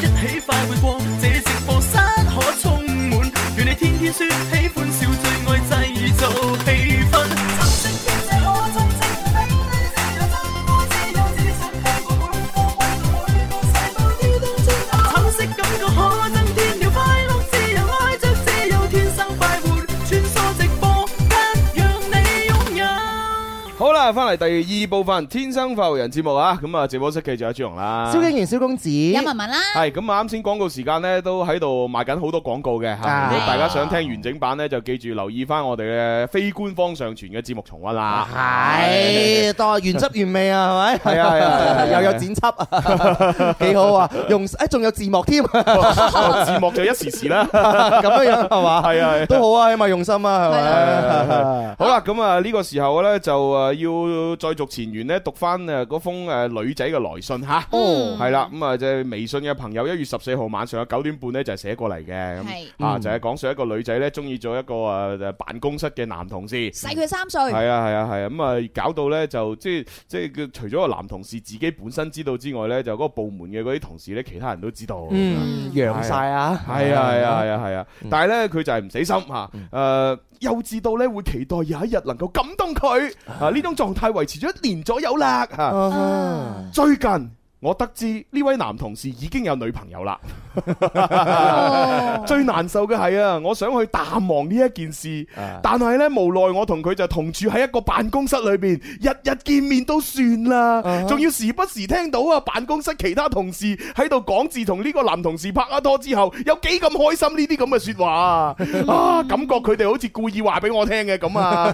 一起快活過，這直播室可充滿，與你天天說喜歡笑，最愛製造氣氛。橙色感覺可增添了快樂，自由愛着，自由天生快活，穿梭直播，一樣你擁有。
好啦，啦，翻嚟第二部分《天生快活人》節目啊，咁啊，直播室繼續有朱紅啦。
蕭敬元、蕭公子，
有文文啦，
系咁啊！啱先廣告時間咧，都喺度賣緊好多廣告嘅吓。
啊
如果大家想聽完整版咧，就記住留意翻我哋嘅非官方上傳嘅節目重溫啦。
係當係原汁原味啊，係咪？
係啊係啊係啊
又有剪輯啊， 幾好啊！用誒仲有字幕添， 咁
哦字幕就一時時啦，
樣樣係嘛？
係啊係啊
都好啊，起碼用心啊，係 咪？
好啦，咁啊呢個時候咧就诶要再續前緣咧，讀翻诶嗰封诶女仔嘅來信吓。
嗯
係啦，咁啊即係微信嘅朋友，一月十四號晚上嘅九點半咧就係寫過嚟嘅，
係
咁啊就係講上一個女仔咧中意咗一個诶辦公室嘅男同事。
細佢三歲，
係啊係啊係啊，咁啊搞到咧就即係即係佢除咗個男同事自己本身知道之外咧，就嗰個部門嘅嗰啲同事咧，其他人都知道。
嗯，揚晒啊！
係啊係啊係啊係啊，但係咧佢就係唔死心嚇，誒幼稚到咧會期待有一日能夠感動佢啊！呢種狀態維持咗一年左右啦嚇。
啊
啊
哈
最近我得知呢位男同事已經有女朋友啦。
哦
啊最難受嘅係啊，我想去淡忘呢一件事，
啊
但係呢，無奈我同佢就同住喺一個辦公室裏邊，日日見面都算啦，
啊
仲、要時不時聽到啊辦公室其他同事喺度講自同呢個男同事拍咗拖之後有幾咁開心呢啲咁嘅 説話啊啊，感覺佢哋好似故意話俾我聽嘅咁啊，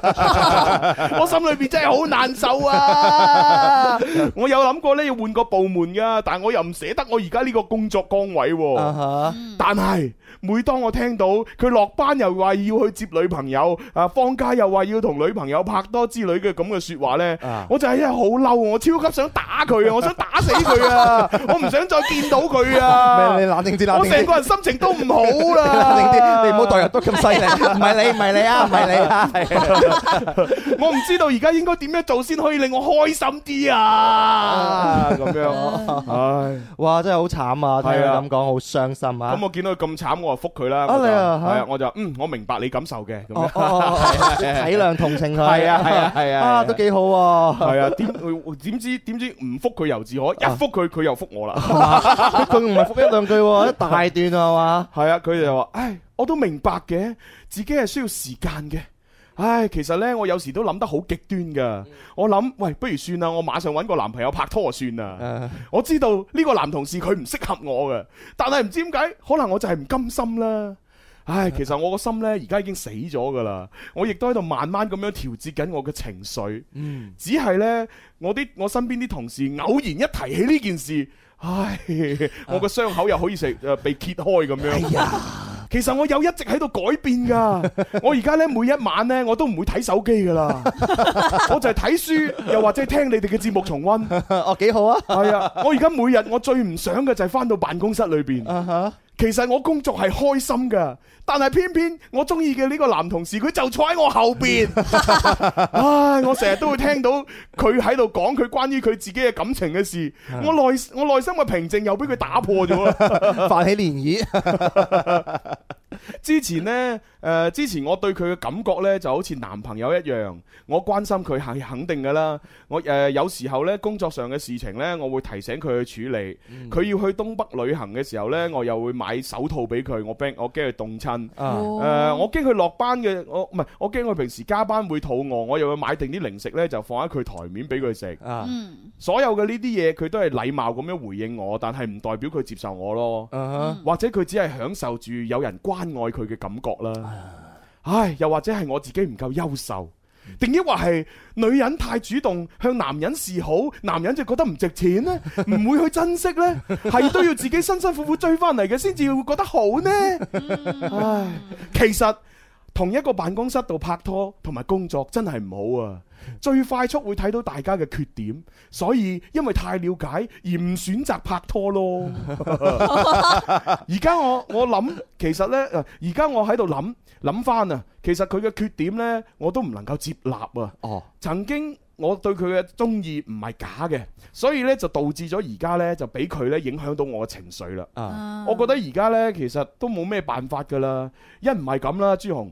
我心裏邊真係好難受 啊！我有諗過呢要換個部門噶，但我又唔捨得我而家呢個工作崗位喎、
啊哈！
但係每當我聽到佢落班又話要去接女朋友，啊放假又話要同女朋友拍拖之類嘅咁嘅説話呢，
啊
我就係真係好嬲，我超級想打 佢啊！我想打死佢啊！我唔想再見到佢啊
你！你冷靜啲，冷
我
靜
成
啲
個。人心情都唔好
冷靜
啦
啲，，你唔好代入得咁犀利。 唔係你，唔係你啊，唔係你啊，係
我唔知道而家應該點樣做先可以令我開心啲啊！咁樣，唉，
哇，真係好慘啊！聽你
係啊
咁講，好傷心啊
咁！我見到佢咁慘，我就覆佢啦。
啊
我就
你啊嚇
係啊，我就嗯，我明白你感受嘅。咁樣
哦哦哦，哦體諒同情佢。
係啊係啊係啊
啊都幾好喎。
系啊，點點知點知唔復佢由自可，一復佢佢又復我啦。
佢佢唔係復一兩句 喎，一大段啊嘛。
係啊，佢就話：，唉，我都明白嘅，自己係需要時間嘅。唉，其實呢，我有時都諗得好極端噶。我諗，喂，不如算啦，我馬上揾個男朋友拍拖就算啦。我知道呢個男同事佢唔適合我嘅，但係唔知點解，可能我就係唔甘心啦。唉，其實我個心呢，而家已經死咗噶啦，我亦都喺度慢慢咁樣調節緊我嘅情緒。嗯，只係呢，我啲我身邊啲同事偶然一提起呢件事，唉，我個傷口又可以成誒被揭開咁樣。其實我有一直喺度改變噶，我而家呢，每一晚呢，我都唔會睇手機噶啦，我就係睇書，又或者係聽你哋嘅節目重温。
哦，幾 好啊！
係啊，我而家每日我最唔想嘅就係翻到辦公室裏邊。
啊哈！
其實我工作係開心噶，但係偏偏我中意嘅呢個男同事，佢就坐喺我後邊。唉，我成日都會聽到佢喺度講佢關於佢自己嘅感情嘅事，我內我內心嘅平靜又俾佢打破咗啦。
泛起漣漪。
之前呢，誒、之前我對佢嘅感覺呢，就好似男朋友一樣，我關心佢係肯定噶啦。我誒、呃有時候呢，工作上嘅事情呢，我會提醒佢去處理。佢、要去東北旅行嘅時候呢，我又會買手套俾佢，我驚我驚佢凍親。
哦
啊
誒、我驚佢落班嘅，我唔係，我驚佢平時加班會肚餓，我又會買定啲零食呢，就放喺佢台面俾佢食。
啊
嗯，
所有嘅呢啲嘢，佢都係禮貌咁樣回應我，但係唔代表佢接受我咯。
啊
嗯
哈！
或者佢只係享受住有人關愛佢嘅感覺啦。唉，又或者係我自己唔夠優秀，定抑或係女人太主動向男人示好，男人就覺得唔值錢呢？唔會去珍惜呢？係都要自己辛辛苦苦追翻嚟嘅，先至會覺得好呢？唉，其實。同一個辦公室度拍拖同埋工作真係唔好啊！最快速會睇到大家嘅缺點，所以因為太了解而唔選擇拍拖咯。而家我我諗，其實呢，呃而家我喺度諗諗翻啊，其實佢嘅缺點呢，我都唔能夠接納啊。
哦，
曾經我對佢嘅中意唔係假嘅，所以呢就導致咗而家呢，就俾佢呢影響到我嘅情緒啦。
啊
我覺得而家呢，其實都冇咩辦法噶啦，一唔係咁啦，朱紅。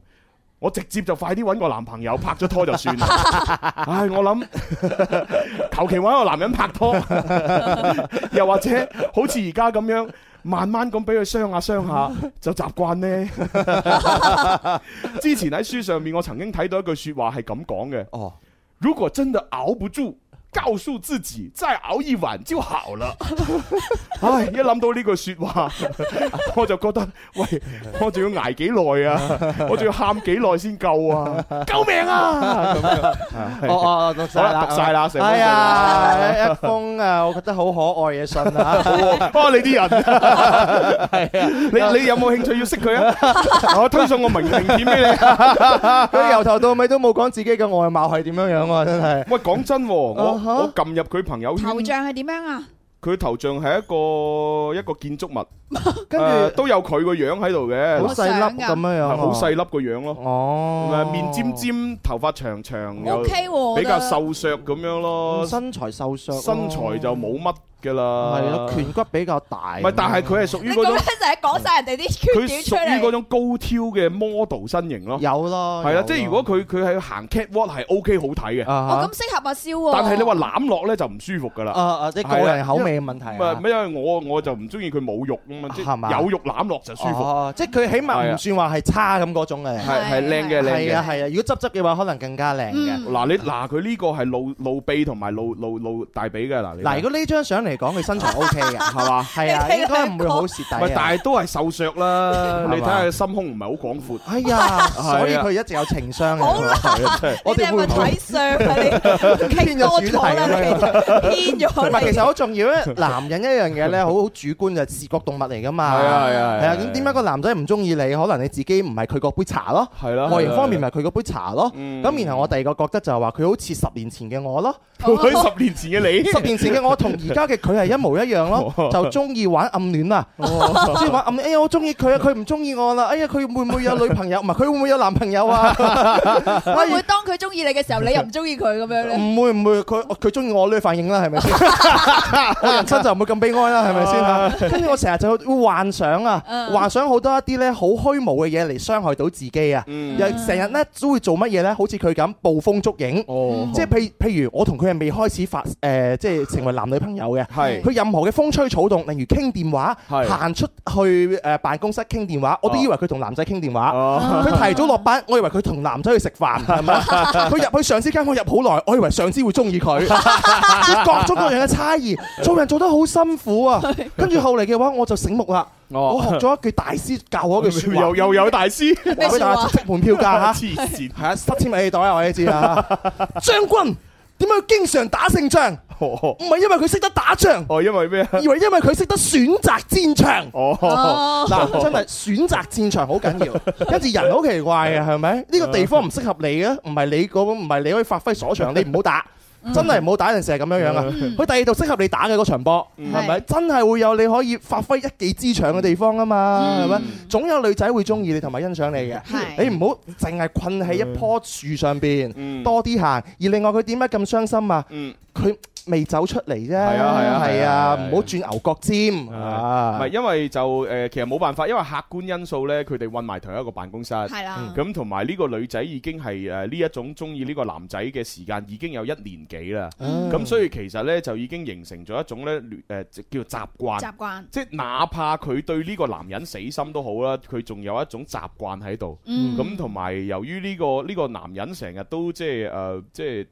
我直接就快啲揾個男朋友拍咗拖就算啦。唉，我諗 求其揾個男人拍拖，又或者好似而家咁樣，慢慢咁俾佢傷下傷下，就習慣呢。之前喺書上面，我曾經睇到一句説話係咁講嘅。
哦，
如果真的熬不住，告訴自己再熬一晚就好了。唉，一諗到呢句说話， 我就覺得，喂， 我仲要捱幾耐啊？我仲要喊幾耐先 夠啊？救命啊！咁樣
哦哦，讀晒啦，
好啦讀晒啦成封信啦
哎呀，一封啊，我覺得好可愛嘅信啊，
啊！你啲人，
係啊
你你有冇興趣要識 佢啊？我推送個明明片俾你。
佢由頭到尾都冇講自己嘅外貌係點樣樣喎，真係。
喂，講真喎，我
啊哈
我撳入佢朋友圈，
頭像係點樣啊？
佢頭像係一個一個建築物，
跟
誒
住
都有佢個樣喺度嘅，
好細粒咁樣樣
係
啊，
好細粒個樣咯。
哦，
面尖尖，頭髮長長，又
OK 喎我
比
覺得
較瘦削咁樣咯，
身材瘦削咯，
身材就冇乜噶啦。
係咯，拳骨比較大。
唔係，但係佢係屬
你
於
咁
嗰種
樣，成日講晒人哋啲缺
佢
點出
屬於嗰
嚟，
種高挑嘅 model 身形咯。
有咯，
係
有
啦，
咯
即係如果佢佢係行 catwalk 係 OK 好睇嘅，
啊
我
哈
咁適合阿蕭喎。
但係你話攬落咧就唔舒服噶啦。
啊啊，即係個人口味嘅問題
唔係，
啊
因。為我我就唔中意佢冇肉啊嘛，即
係嘛
係有肉攬落就舒服，
哦，即係佢起碼唔算話係差咁嗰種嘅。
係係靚嘅靚
係啊
嘅。
係啊，如果執執嘅話，可能更加靚嘅。
嗱你嗱佢呢個係露露臂同埋露露露大髀嘅嗱你睇。
嗱，如果呢張相嚟講，佢身材 O K 嘅， 係嘛？係啊，
你睇
應該唔會好蝕
唔係
底啊。
但係都係瘦削啦。
嘛
你睇下佢心胸唔係好廣闊。
哎呀，
係啊
所以佢一直有情商嘅。
好啦
係啊真係
你
我哋
哋係
會
咪
唔會
睇相 啊？你
偏
傾
咗
多
主題
咗啦，
咁樣
你偏咗
唔係，其實
啦。
好重要 咧。男人一樣嘢咧，好好主觀就係視覺動物嚟噶嘛。
係啊係啊係啊
係啊，咁點解個男仔唔中意你？可能你自己唔係佢嗰杯茶咯。
係啦
外形方 面咪佢嗰杯茶咯。
嗯
咁然後我第二個覺得就係話佢好似十年前嘅 我咯。
佢十年前嘅你，
十年前嘅我同而家嘅佢係一模一樣
哦
咯，就中意玩暗戀啊啦， 中意玩暗戀。哎呀，我中意佢啊，佢唔中意我啦。哎呀，佢會唔會有女朋友？唔係，佢會唔會有男朋友啊？
會唔會當佢中意你嘅時候，你又唔中意佢咁樣咧？
唔會唔會，佢佢中意我呢個反應啦，係 咪先？我人生就唔會咁悲哀啦，係咪先啊？跟住我成日就會幻想啊，
嗯
幻想好多一啲咧好虛無嘅嘢嚟傷害到自己啊，
嗯
又成日咧都會做乜嘢咧？好似佢咁捕風捉影。
哦
即係譬譬如我同佢係未開始發誒、即係成為男女朋友嘅，
係
佢任何嘅風吹草動，例如傾電話，
係
行出去誒、辦公室傾電話，我都
哦
以為佢同男仔傾電話。
哦
佢提早落班，我以為佢同男仔去食飯，係 咪？佢入去上司間房入好耐，我以為上司會中意佢。 即係各種各樣嘅差 異，做人做得好辛苦啊！跟住後嚟嘅話，我就醒目啦，
哦
我學咗一句大師教我 一句説
又
話，
又有大師，
話俾大家知即門票價嚇。
黐線。
係啊，塞千米袋啊，我哋知 啊。將軍點解要經常打勝仗？
哦
唔係因為佢識得打仗，
哦，因為咩啊？
而係因為佢識得選擇戰場。
哦，
嗱，真係選擇戰場好緊 要，跟住人好奇怪啊嘅，係咪？呢個地方唔適合你嘅，唔係你嗰唔係你可以發揮所長，你唔好打。
嗯
真係唔好打，有陣時係咁樣樣啊！佢第二度適合你打嘅嗰場波，
嗯
係咪？
係
真係會有你可以發揮一技之長嘅地方啊
嗯
嘛，係咪？總有女仔會中意你同埋欣賞你嘅。
係
你唔好淨係困喺一棵樹上邊，
嗯
多啲行。而另外佢點解咁傷心啊？
嗯，
佢未走出嚟啫，係
係
係
啊係啊係
啊，
啊係啊
唔好轉牛角尖
唔
啊
係！因為就誒，其實冇辦法，因為客觀因素咧，佢哋混埋同一個辦公室。
係啦，
咁同埋呢個女仔已經係誒呢一種中意呢個男仔嘅時間已經有一年幾啦，
啊
嗯
咁所以其實呢，就已經形成咗一種呢誒叫做習慣，
習慣。
即係哪怕佢對呢個男人死心都好啦，佢仲有一種習慣喺度。
嗯
咁同埋由於呢個呢個男人成日都即係誒即係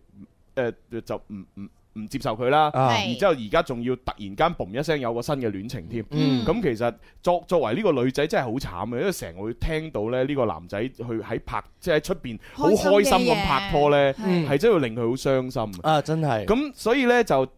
誒就唔唔唔接受佢啦，
啊
然
係
之後而家仲要突然間嘣一聲有個新嘅戀情添。
嗯
咁其實作作為呢個女仔真係好慘嘅，因為成日會聽到咧呢個男仔去喺拍即係喺出邊好開心咁拍拖呢，
嗯
係真係會令佢好傷心嘅。
啊，真係
咁所以呢，就誒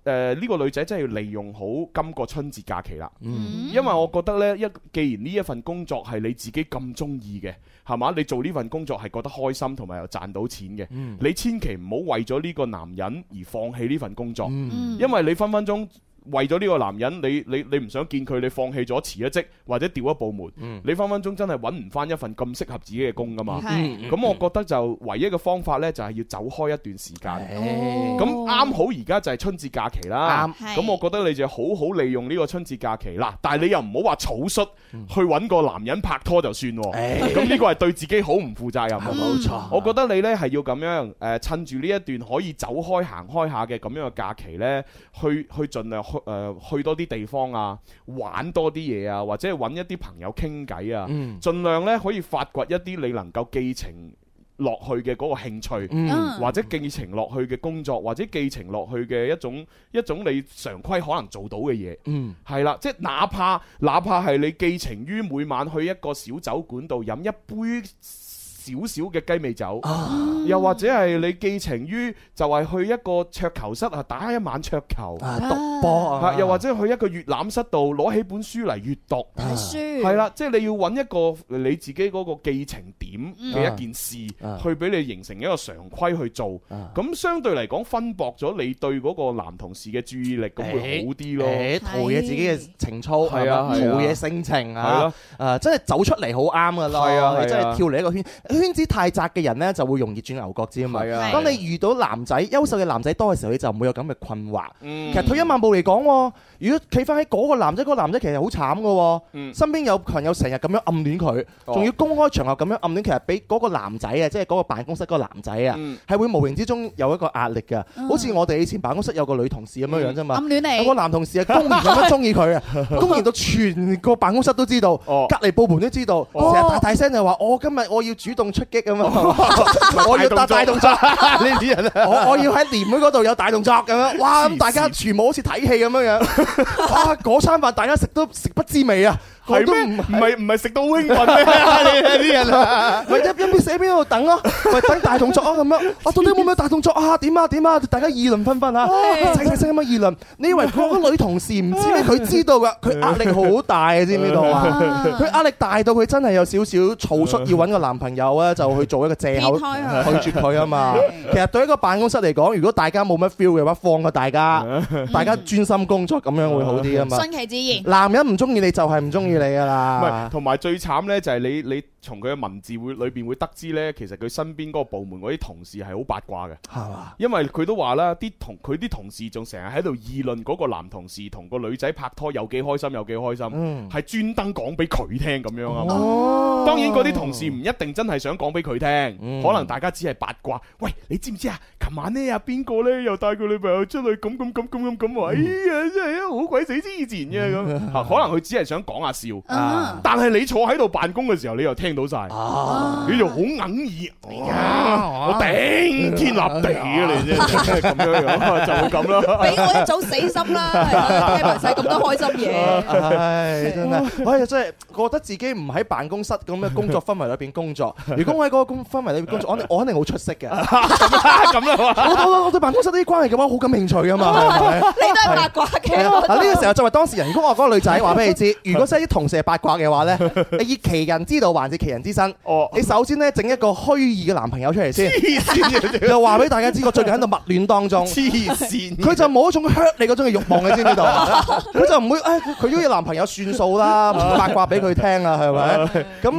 呢、個女仔真係要利用好今個春節假期啦，
ừ,
嗯
因為我覺得呢，一既然呢一份工作係你自己咁中意嘅，係嘛？你做呢份工作係覺得開心同埋又賺到錢嘅，你千祈唔好為咗呢個男人而放棄呢份工作。
嗯
因為你分分鐘為咗呢個男人，你你你唔想見佢，你放棄咗辭一職或者調一部門，你分分鐘真係揾唔翻一份咁適合自己嘅工噶嘛。
係
咁我覺得就唯一嘅方法呢，就係要走開一段時
嗯
間。
ừ, 唉
咁啱好而家就係春節假期
哦
啦，
嗯哦啱
咁我覺得你就好好利用呢個春節假期啦。但係你又唔好話草率去揾個男人拍拖就算喎，咁呢個係對自己好唔負責任。啊
Ừ.
冇
啊
錯，
我覺得你呢係要咁樣誒、呃趁住呢一段可以走開行開下嘅咁樣嘅假期呢，去去盡量去誒、呃去多啲地方啊，玩多啲嘢啊，或者係揾一啲朋友傾偈啊，
嗯
盡量呢可以發掘一啲你能夠寄情落去嘅嗰個興趣，
Ừ.
嗯
或者寄情落去嘅工作，或者寄情落去嘅一種一種你常規可能做到嘅嘢，
嗯，
係啦，即係哪怕哪怕係你寄情於每晚去一個小酒館度飲一杯。少少嘅雞尾酒，
啊
又或者係你寄情於就係去一個桌球室啊打一晚桌球，
啊，讀波
啊
啊，
又或者去一個閲覽室度攞起本書嚟閲讀，
嗯
睇書
係啦，即係你要揾一個你自己嗰個寄情點嘅一件事，
啊
去俾你形成一個常規去做。
啊
咁相對嚟講，分薄咗你對嗰個男同事嘅注意力，咁會好啲咯。
誒陶冶自己嘅情操，
係啊
係
係
嘛
啊
陶冶性情
係
啊
咯，
誒，真係走出嚟好啱噶咯，
係啊係啊
你真係跳離一個圈，圈子太窄嘅人呢，就會容易轉牛角尖啊。
係啊，
當你遇到男仔優秀嘅男仔多嘅時候，你就唔會有咁嘅困惑。
嗯
其實退一萬步嚟講喎，如果企翻喺嗰個男仔，嗰、個男仔其實好慘嘅喎，
嗯
身邊有朋友成日咁樣暗戀佢，
哦
仲要公開場合咁樣暗戀，其實俾嗰個男仔啊，即係嗰個辦公室嗰個男仔啊，
嗯
係、會無形之中有一個壓力嘅。好似我哋以前辦公室有個女同事咁樣樣啫嘛
暗。戀
有個
你，
男同事啊，公然咁樣中意佢啊，公然到全個辦公室都知道，
哦
隔離部門都知道，成
哦
日大大聲就話：我今日我要主動出擊 咁樣，我要打大動作。
呢啲人啊，
我我要喺年會嗰度有大動作咁樣，哇！咁大家全部好似睇戲咁樣樣，哇！嗰餐飯大家食都食不知味啊，我
係
都
咩？
唔
唔係唔係食到興奮咩？呢啲人啊，
咪一一邊寫邊度等咯，咪等大動作啊咁樣，我到底有冇大動作啊？點啊點啊？大家議論紛紛啊，細細聲咁樣議論。你以為嗰個女同事唔知咩？佢知道噶，佢壓力好大啊，知唔知道
嗯
啊？
À.
佢壓力大到佢真係有少少草率，要揾個男朋友啊，就去做一個借口
撇開佢
拒絕佢啊嘛。其實對一個辦公室嚟講，如果大家冇乜 feel 嘅話，放過大家，
嗯
大家專心工作咁樣會好啲啊嘛。
順其自
男人唔中意你就係唔中意你噶
唔
啦
係，。同埋最慘呢，就係你你從佢嘅文字會裏邊會得知呢，其實佢身邊嗰個部門嗰啲同事係好八卦嘅。
係嘛？
因為佢都話啦，啲同佢啲同事仲成日喺度議論嗰個男同事同個女仔拍拖有幾開心有幾開心，
嗯
係專登講俾佢聽咁樣啊。
哦
當然嗰啲同事唔一定真係想講俾佢聽，
嗯
可能大家只係八卦。喂，你知唔知啊？琴晚呢，啊邊個呢？又帶佢女朋友出去咁咁咁咁咁
嗯
咁啊！哎呀，真係啊好鬼死黐線嘅咁。啊可能佢只係想講下笑，
然，啊，
但係你坐喺度辦公嘅時候，你又聽到晒。
啊哎
你就好哽耳，啊我頂天立地啊！你真 係咁樣樣，就會咁啦。
俾我一早死心啦，聽埋晒咁多開心嘢。
唉，真係，我又真係覺得自己唔喺辦公室咁嘅工作氛圍裏邊工作。如果我喺嗰個工氛圍裏邊工作，我肯定我肯定好出色嘅。啊
咁啦，
我我我對辦公室呢啲關係嘅話好感興趣噶嘛，係咪？
你都係八卦嘅，我
嗱呢個時候作為當事人，如果我嗰個女仔話俾你知，如果真係啲同事係八卦嘅話咧，你以其人之道還治其人之身。
哦
你首先咧整一個虛擬嘅男朋友出嚟先，就話俾大家知我最近喺度蜜戀當中。
黐 線。
佢就冇一種 hurt 你嗰種嘅慾望，你知唔知道 啊？佢就唔會，誒，佢都有男朋友算數啦，唔八卦俾佢聽啊，係 咪？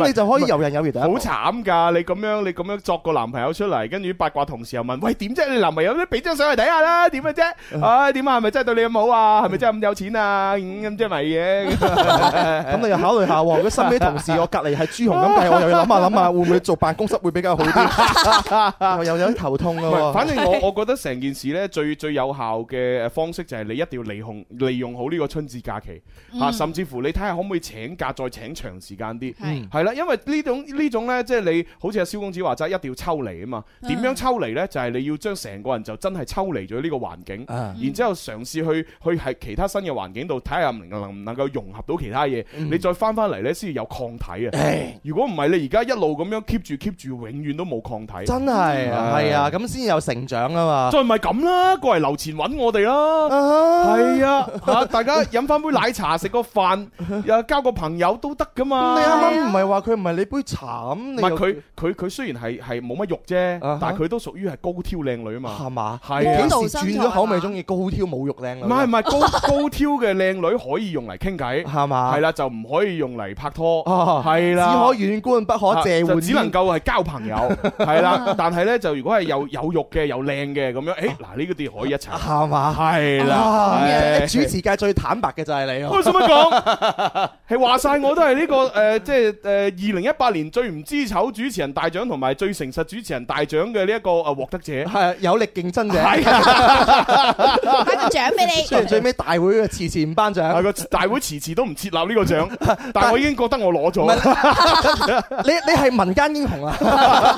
咁你就可以游刃有餘第一
好
步。
慘㗎！你咁樣你咁樣作個男朋友出嚟，跟住八卦同事又問：喂，點啫？你男朋友咧俾張相嚟睇下啦，點嘅啫？唉，點啊？係咪真係對你咁好啊？係咪真係咁有錢啊？咁咁即係咪 嘅？
咁你又考慮下喎，如果身邊啲同事我隔離係朱紅咁計，我又要諗下諗下，會唔會做辦公室會比較好啲？ 又又有啲頭痛
唔係
咯喎。
反正我我覺得成件事呢，最最有效嘅誒方式就係你一定要利用利用好呢個春節假期嚇、啊甚至乎你睇下可唔可以請假再請長時間啲。
係
係啦，因為呢種呢種咧，即係你好似阿蕭公子話齋，一定要抽離啊嘛。點樣抽離呢？就係、你要將成個人就真係抽離咗呢個環境，
啊
然之後嘗試去去係其他新嘅環境度睇下能能唔能夠融合到其他嘢，
嗯
你再翻翻嚟呢，先至有抗體啊。如果唔係，你而家一路咁樣 keep 住 keep 住，永遠都冇抗體。
真係啊
嗯
係啊，咁先有成長 啊嘛。
再唔係咁啦，過嚟樓前揾我哋啦。係啊，啊大家飲翻杯奶茶，食個 飯，又交個朋友都得噶嘛。
你啱啱唔係話佢唔係你杯茶咁，你
唔係
又
佢佢佢雖然係係冇乜肉啫
啊哈，
但係佢都屬於係高挑靚女啊嘛。
係嘛？
係啊
幾時轉咗口味中意高挑冇肉靚女
唔係唔係高高挑嘅靚女可以用嚟傾偈，
係嘛？
係啦就唔可以用嚟拍拖，
哦
係啦。
只可遠觀不可借
啊就
換，
只能夠係交 朋友，係啦。但係呢，就如果係有有肉嘅、有靚 嘅咁樣，誒嗱呢個啲可以一齊，
係嘛？
係啦
啊。
係
主持界最坦白嘅就係你
我
咯，
使乜講？ 係話晒我都係呢、個誒、呃即係誒二零一八年最唔知醜主持人大獎同埋最誠實主持人大獎嘅呢一個誒獲得者。
係有力競爭者。
係啊，
頒個獎俾你。
Ừ. 雖然最尾大會嘅遲遲唔頒
係啊
獎，
個大會遲遲都唔設立呢個獎， 但係我已經覺得我攞咗。
你你係民間英 雄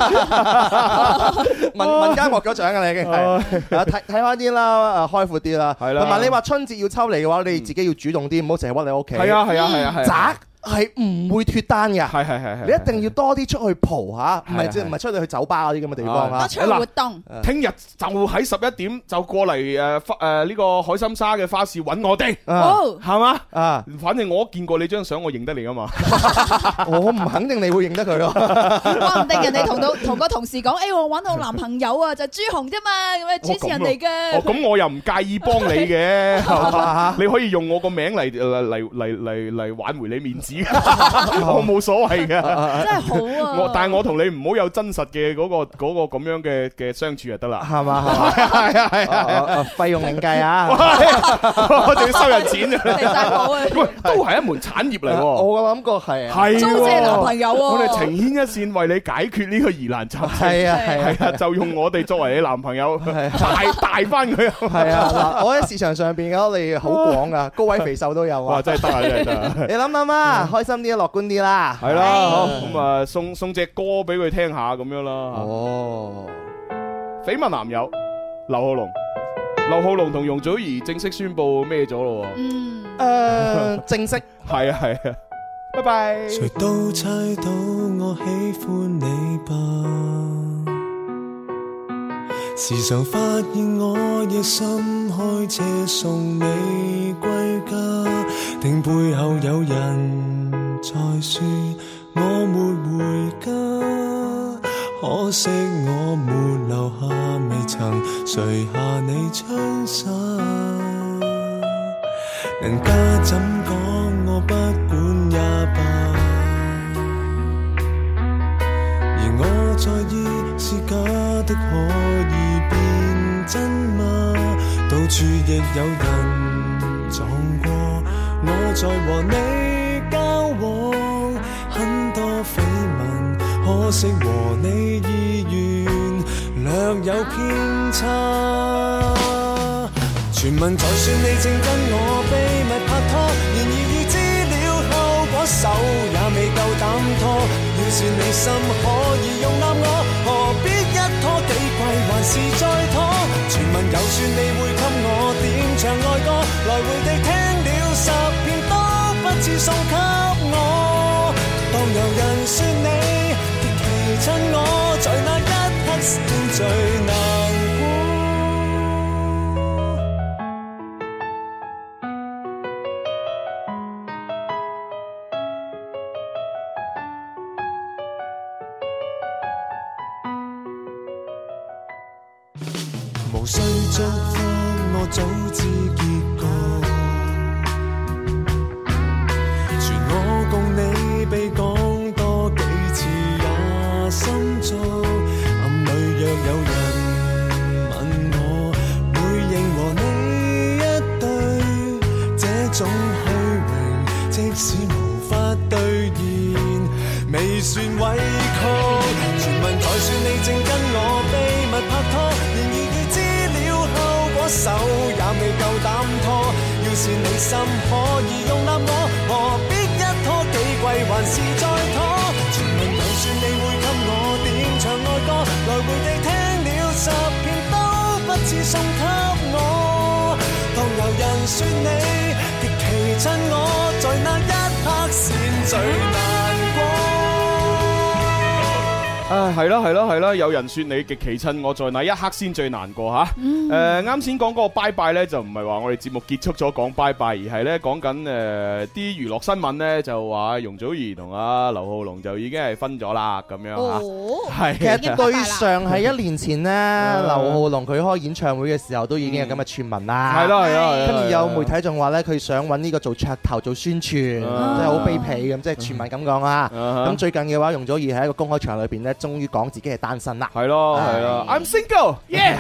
啊！民民間獲咗獎啊，你已經係啊睇睇翻啲啦，誒啊開闊啲啦，
啦
同埋你話春節要抽離嘅話，你自己要主動啲，唔好成日屈你屋企。
係啊係啊係啊係啊
宅係
Ừ.
唔會脱單嘅，
係係係係
你一定要多啲出去蒲嚇，唔
係
係
係
即係唔係出去去酒吧嗰啲咁嘅地方
啊
嚇。
嗱
動
聽日就喺十一點就過嚟誒花誒呢個海心沙嘅花市揾我哋，
哦
係嘛？
啊，
反正我見過你張相，我認得你啊嘛。
我唔肯定你會認得佢咯。
話唔定人哋同到同個同事講，誒我揾到男朋友啊，就朱紅啫嘛，咁啊主持人嚟
哦，
嘅。
咁我又唔介意幫你嘅，係嘛
啊
你可以用我個名嚟嚟嚟嚟嚟嚟挽回你面子，我冇所謂嘅。
真係好啊！
我但係我同你唔好有真實嘅嗰個嗰個咁樣嘅嘅相處就得啦。
係嘛？係啊係啊！費用另計啊！
我仲要收人錢啊！
離晒譜啊
喂，都係一門產業嚟喎。
我嘅諗過係啊，
係
租借男朋友
喎
喎
我哋情牽一線為你解決呢個疑難雜症。
係啊係啊
係啊，就用我哋作為你男朋友，大大翻佢。
係啊！嗱，我喺市場上邊嘅，我哋好廣噶，高位肥瘦都有啊！
哇，真係得啊，真係得啊。
你諗諗啊，開心啲，樂觀啲啦。
系啦，好咁啊，送送只歌俾佢聽下咁樣啦。
哦，
緋聞男友劉浩龍，劉浩龍同容祖兒正式宣布咩咗咯喎？
嗯，
誒，正式
係啊係啊，拜拜。
谁都猜到我喜歡你吧？時常發現我夜深開車送你歸家，定背後有人在說我沒回家，可惜我沒留下，未曾垂下你窗灑。人家怎講我不管也罷，而我在意是假的可以變真嗎？到處亦有人撞過，我在和你交往，很多緋聞，可惜和你意願略有偏差。傳聞就算你正跟我秘密拍拖，然而預知了後果，手也未夠膽拖。要是你心可以容納我，何必一拖幾季還是再拖？傳聞就算你會給我點唱愛歌，來回地聽了十遍都不似送給我。當有人說你極其親我，在那一刻先最難過。無需祝福，我早知結局。全我共你被講多幾次也心足，暗裏若有人問我，會認和你一對，這種虛榮即使無法兌現。未算委曲。傳聞就算你正跟我秘密拍拖，然而預知了後果，手也未夠膽拖。要是你心可以容納我，何必一拖幾季還是再拖？傳聞就算你會給我點唱愛歌，來回地聽了十遍都不似送給我。當有人說你極其親我，在那一刻先最難過。
啊，係啦係啦係啦，有人說你極其親我，在那一刻先最難過吓。誒，啱先講嗰個拜拜呢，就唔係話我哋節目結束咗講拜拜，而係呢講緊誒啲娛樂新聞呢，就話容祖兒同阿劉浩龍就已經係分咗啦，咁樣吓。
哦，
係啊
其實對上係一年前呢，劉浩龍佢開演唱會嘅時候都已經有咁嘅傳聞啦。
係啦係啦，係啦
啊跟住有媒體仲話咧，佢想揾呢個做噱頭做宣傳，真係好卑鄙咁，即係傳聞咁講啊。
啊哈
咁最近嘅話，容祖兒喺一個公開場裏邊咧終於講自己係單身 啦。
係咯，係咯，I'm single，yeah，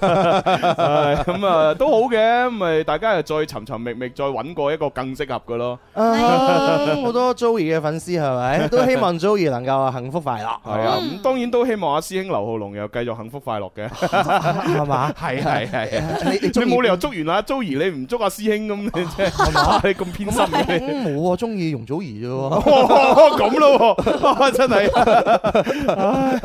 唉咁啊都好嘅，咪大家又再尋尋覓覓，再揾過一個更適合嘅咯。
哎
啊好多 Joey 嘅粉絲係咪都希望 Joey 能夠幸福快樂，
係啊，咁當然都希望阿師兄劉浩龍又繼續幸福快樂嘅。
係嘛？
係 係係啊！
你你
你
鍾意
冇理由捉完啦，周怡你唔捉阿師兄咁，你真係 你咁偏心嘅。
嗯冇啊，中意容祖兒啫喎。
哦咁咯喎， 真係。唉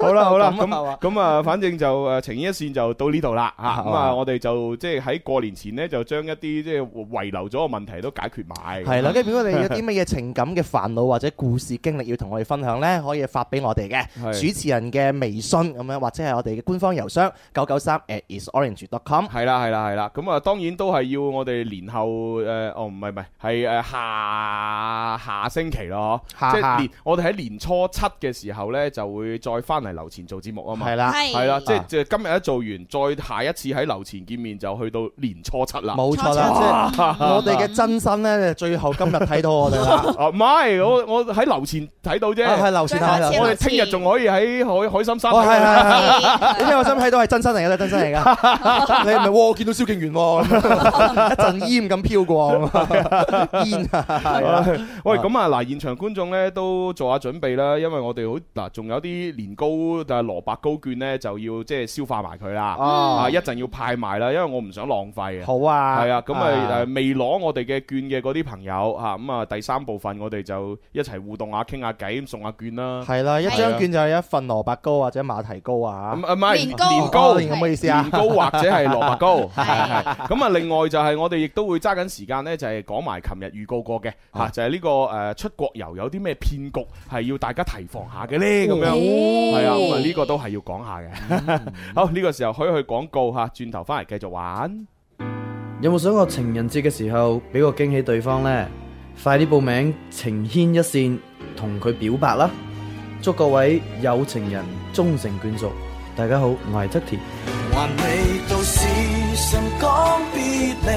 好啦好啦，
咁啊
咁咁啊，反正就誒情牽一線就到呢度啦嚇。咁
係
啊，
嘛
我哋就即係喺過年前呢，就將一啲即係遺留咗嘅問題都解決埋。
係啦，咁如果你有啲乜嘢情感嘅煩惱或者故事經歷要同我哋分享呢，可以發俾我哋嘅
係
主持人嘅微信咁樣，或者係我哋嘅官方郵箱九九三 at isorange.com。
係啦，係啦，係啦，咁啊，當然都係要我哋年後誒，哦，唔係唔係，係誒下下星期咯，
下
即係
下
年我哋喺年初七嘅時候呢，就會再翻嚟樓前做節目啊嘛，
係啦，
係
係啦，即係
啊
即係今日一做完，再下一次喺樓前見面就去到年初七啦。
冇錯啦，即係我哋嘅真身呢，最後今日睇到我哋 啦，
啊，唔係，我我喺樓前睇到啫，
啊係劉善太啦
最後
我
一
哋聽日仲可以喺海海心山。
哦係係 係。係你
係
聽我心睇到係真身嚟嘅，都係真身嚟噶。 你唔係喎，我見到蕭敬元喎，咁 一陣煙咁飄過， 咁煙啊，
喂，咁啊，嗱，現場觀眾咧都做下準備啦，因為我哋好嗱，仲有啲年糕但係蘿蔔糕券咧，就要即係消化埋佢啦，啊，一陣要派埋啦，因為我唔想浪費嘅。
好啊，
係啊，咁咪誒未攞我哋嘅券嘅嗰啲朋友嚇，咁啊第三部分我哋就一齊互動下、傾下偈，送下券啦。
係啊啦，一張券就係一份蘿蔔糕或者馬蹄糕啊
咁，啊唔係
年糕
年糕
哦咁嘅意思啊
年。糕或者係蘿蔔 糕，
係
係係咁啊，另外就係我哋亦都會揸緊時間呢，就係講埋琴日預告過嘅嚇，就係呢個誒出國遊有啲咩騙局係要大家提防下嘅呢。咁樣。係啊，咁啊呢個都係要講下嘅。 好，呢個時候可以去廣告嚇，轉頭翻嚟繼續玩。
有冇想過情人節嘅時候俾個驚喜對方呢？快啲報名情牽一線，同佢表白啦！祝各位有情人終成眷屬。大家好，我係側田。
還未到時常講別離，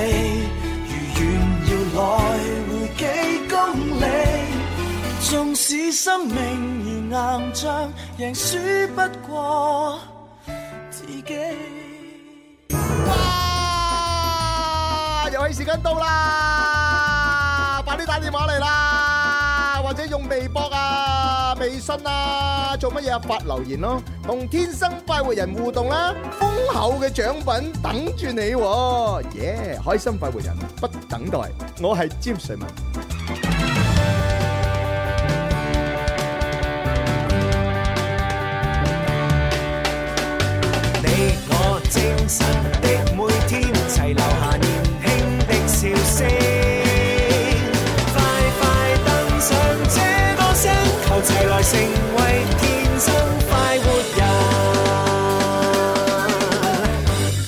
如願要來回幾公里。縱使生命如硬仗，贏輸不過自己。
啊！遊戲時間到啦，快啲打電話嚟啦，或者用微博啊、微信啊，做乜嘢啊發留言咯，同天生快活人互動啦，豐厚嘅獎品等住你喎，耶！開心快活人不等待，我係詹瑞文。
你我精神的每天，齊留下年輕的笑聲。快快登上這歌聲，求齊來成為天生快活人。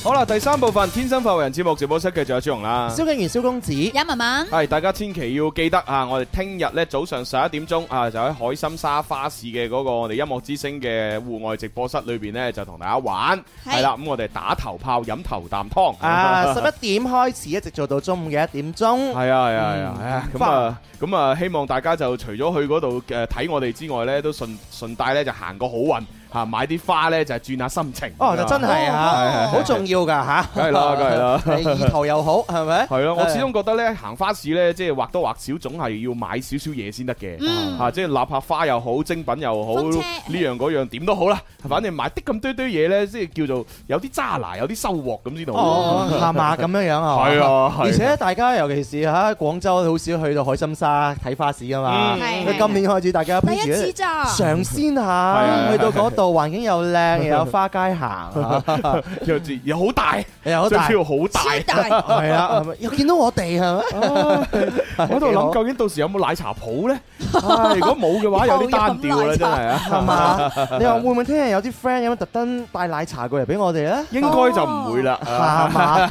好啦，第三部分《天生發圍人》節目直播室嘅仲有朱紅啦。
蕭敬元、蕭公子，
有文文，
系，大家千祈要記得啊！我哋聽日咧早上十一點鐘啊，就喺海心沙花市嘅嗰個我哋音樂之星嘅戶外直播室裏邊咧，就同大家玩
係
係啦。咁我哋打頭炮飲 頭啖湯
啊，À, 十一點開始，一直做到中午嘅一點鐘。
係啊係啊係
嗯
啊！唉咁啊咁啊，希望大家就除咗去嗰度誒睇我哋之外咧，都順順帶咧就行個好運嚇，買啲花咧就係轉下心情。
哦，就真係啊，
哦
好重要噶吓，
梗係啦梗係 啦
係意頭又好，係咪？
係咯，我始終覺得咧行花市咧，即係或多或少總係要買少少嘢先得嘅。
嗯，
啊，即係立下花又好，精品又好，
風
呢
車
樣嗰樣點都好啦，反正買啲咁堆堆嘢呢，即係叫做有啲渣拿，有啲收穫咁先到。
哦，下馬咁樣樣啊，
係啊係啊
而且大家尤其是啊喺廣州好少去到海心沙睇花市噶嘛
嗯，
係
佢今年開始大家
第
不
一次
如
咋，
嘗鮮
啊
下，去到嗰度環境又 靚，又有花街行，
又自又好大，
又好
最
大
主，要好大。
超 大，
係啊，係咪又見到我哋 係咪？幾好
我喺度諗究竟到時有冇奶茶 鋪呢？唉如果冇嘅話，有啲單調啦，真係啊。
係嘛？你話會唔會聽日有啲 friend 咁樣特登帶奶茶過嚟俾我哋 咧？
應該就唔會
哦
啦。
係嘛？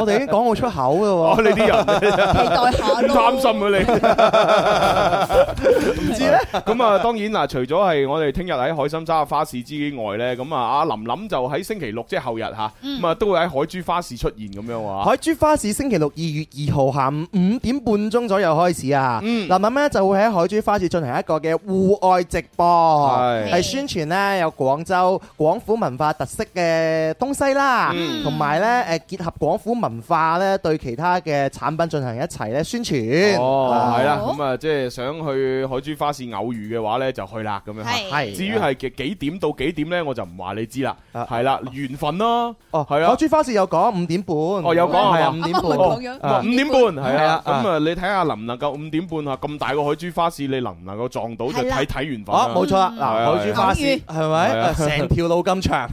我哋已經講好出口嘅
哦，
喎。
你
啊
啲人
期待下咯，
擔心啊你。唔知咧。咁啊，當然嗱，除咗係我哋聽日喺海心沙嘅花市之外咧，咁啊，阿林林就喺星期六即係後日吓，咁啊都會喺海珠花市出現咁樣喎。
海珠花市星期六二月二號下午五點半鐘左右開始啊！
嗯
嗱，咁咧就會喺海珠花市進行一個嘅戶外直播，
係
係宣傳呢有廣州廣府文化特色嘅東西啦，
嗯
同埋呢誒結合廣府文化呢對其他嘅產品進行一齊咧宣傳。
哦，
啊
係啦，咁啊，即係想去海珠花市偶遇嘅話咧，就去啦咁樣
係
嚇。
係
至於係幾幾點到幾點咧，我就唔話你知啦。係啦，緣分咯。
哦，
係啊
海珠花市有講五點半，哦
哦，有講
係
係
啊，
嘛
五點半，
哦五點半係啊。
係啊
咁啊，你睇下能唔能夠五點半啊？咁大個海珠花市，你能唔能夠撞到就
係啦
睇睇緣分啦
哦，冇錯啦，
係啊
嗱，海珠花市
係啊
係咪？
係啊啊
誒成條路咁長，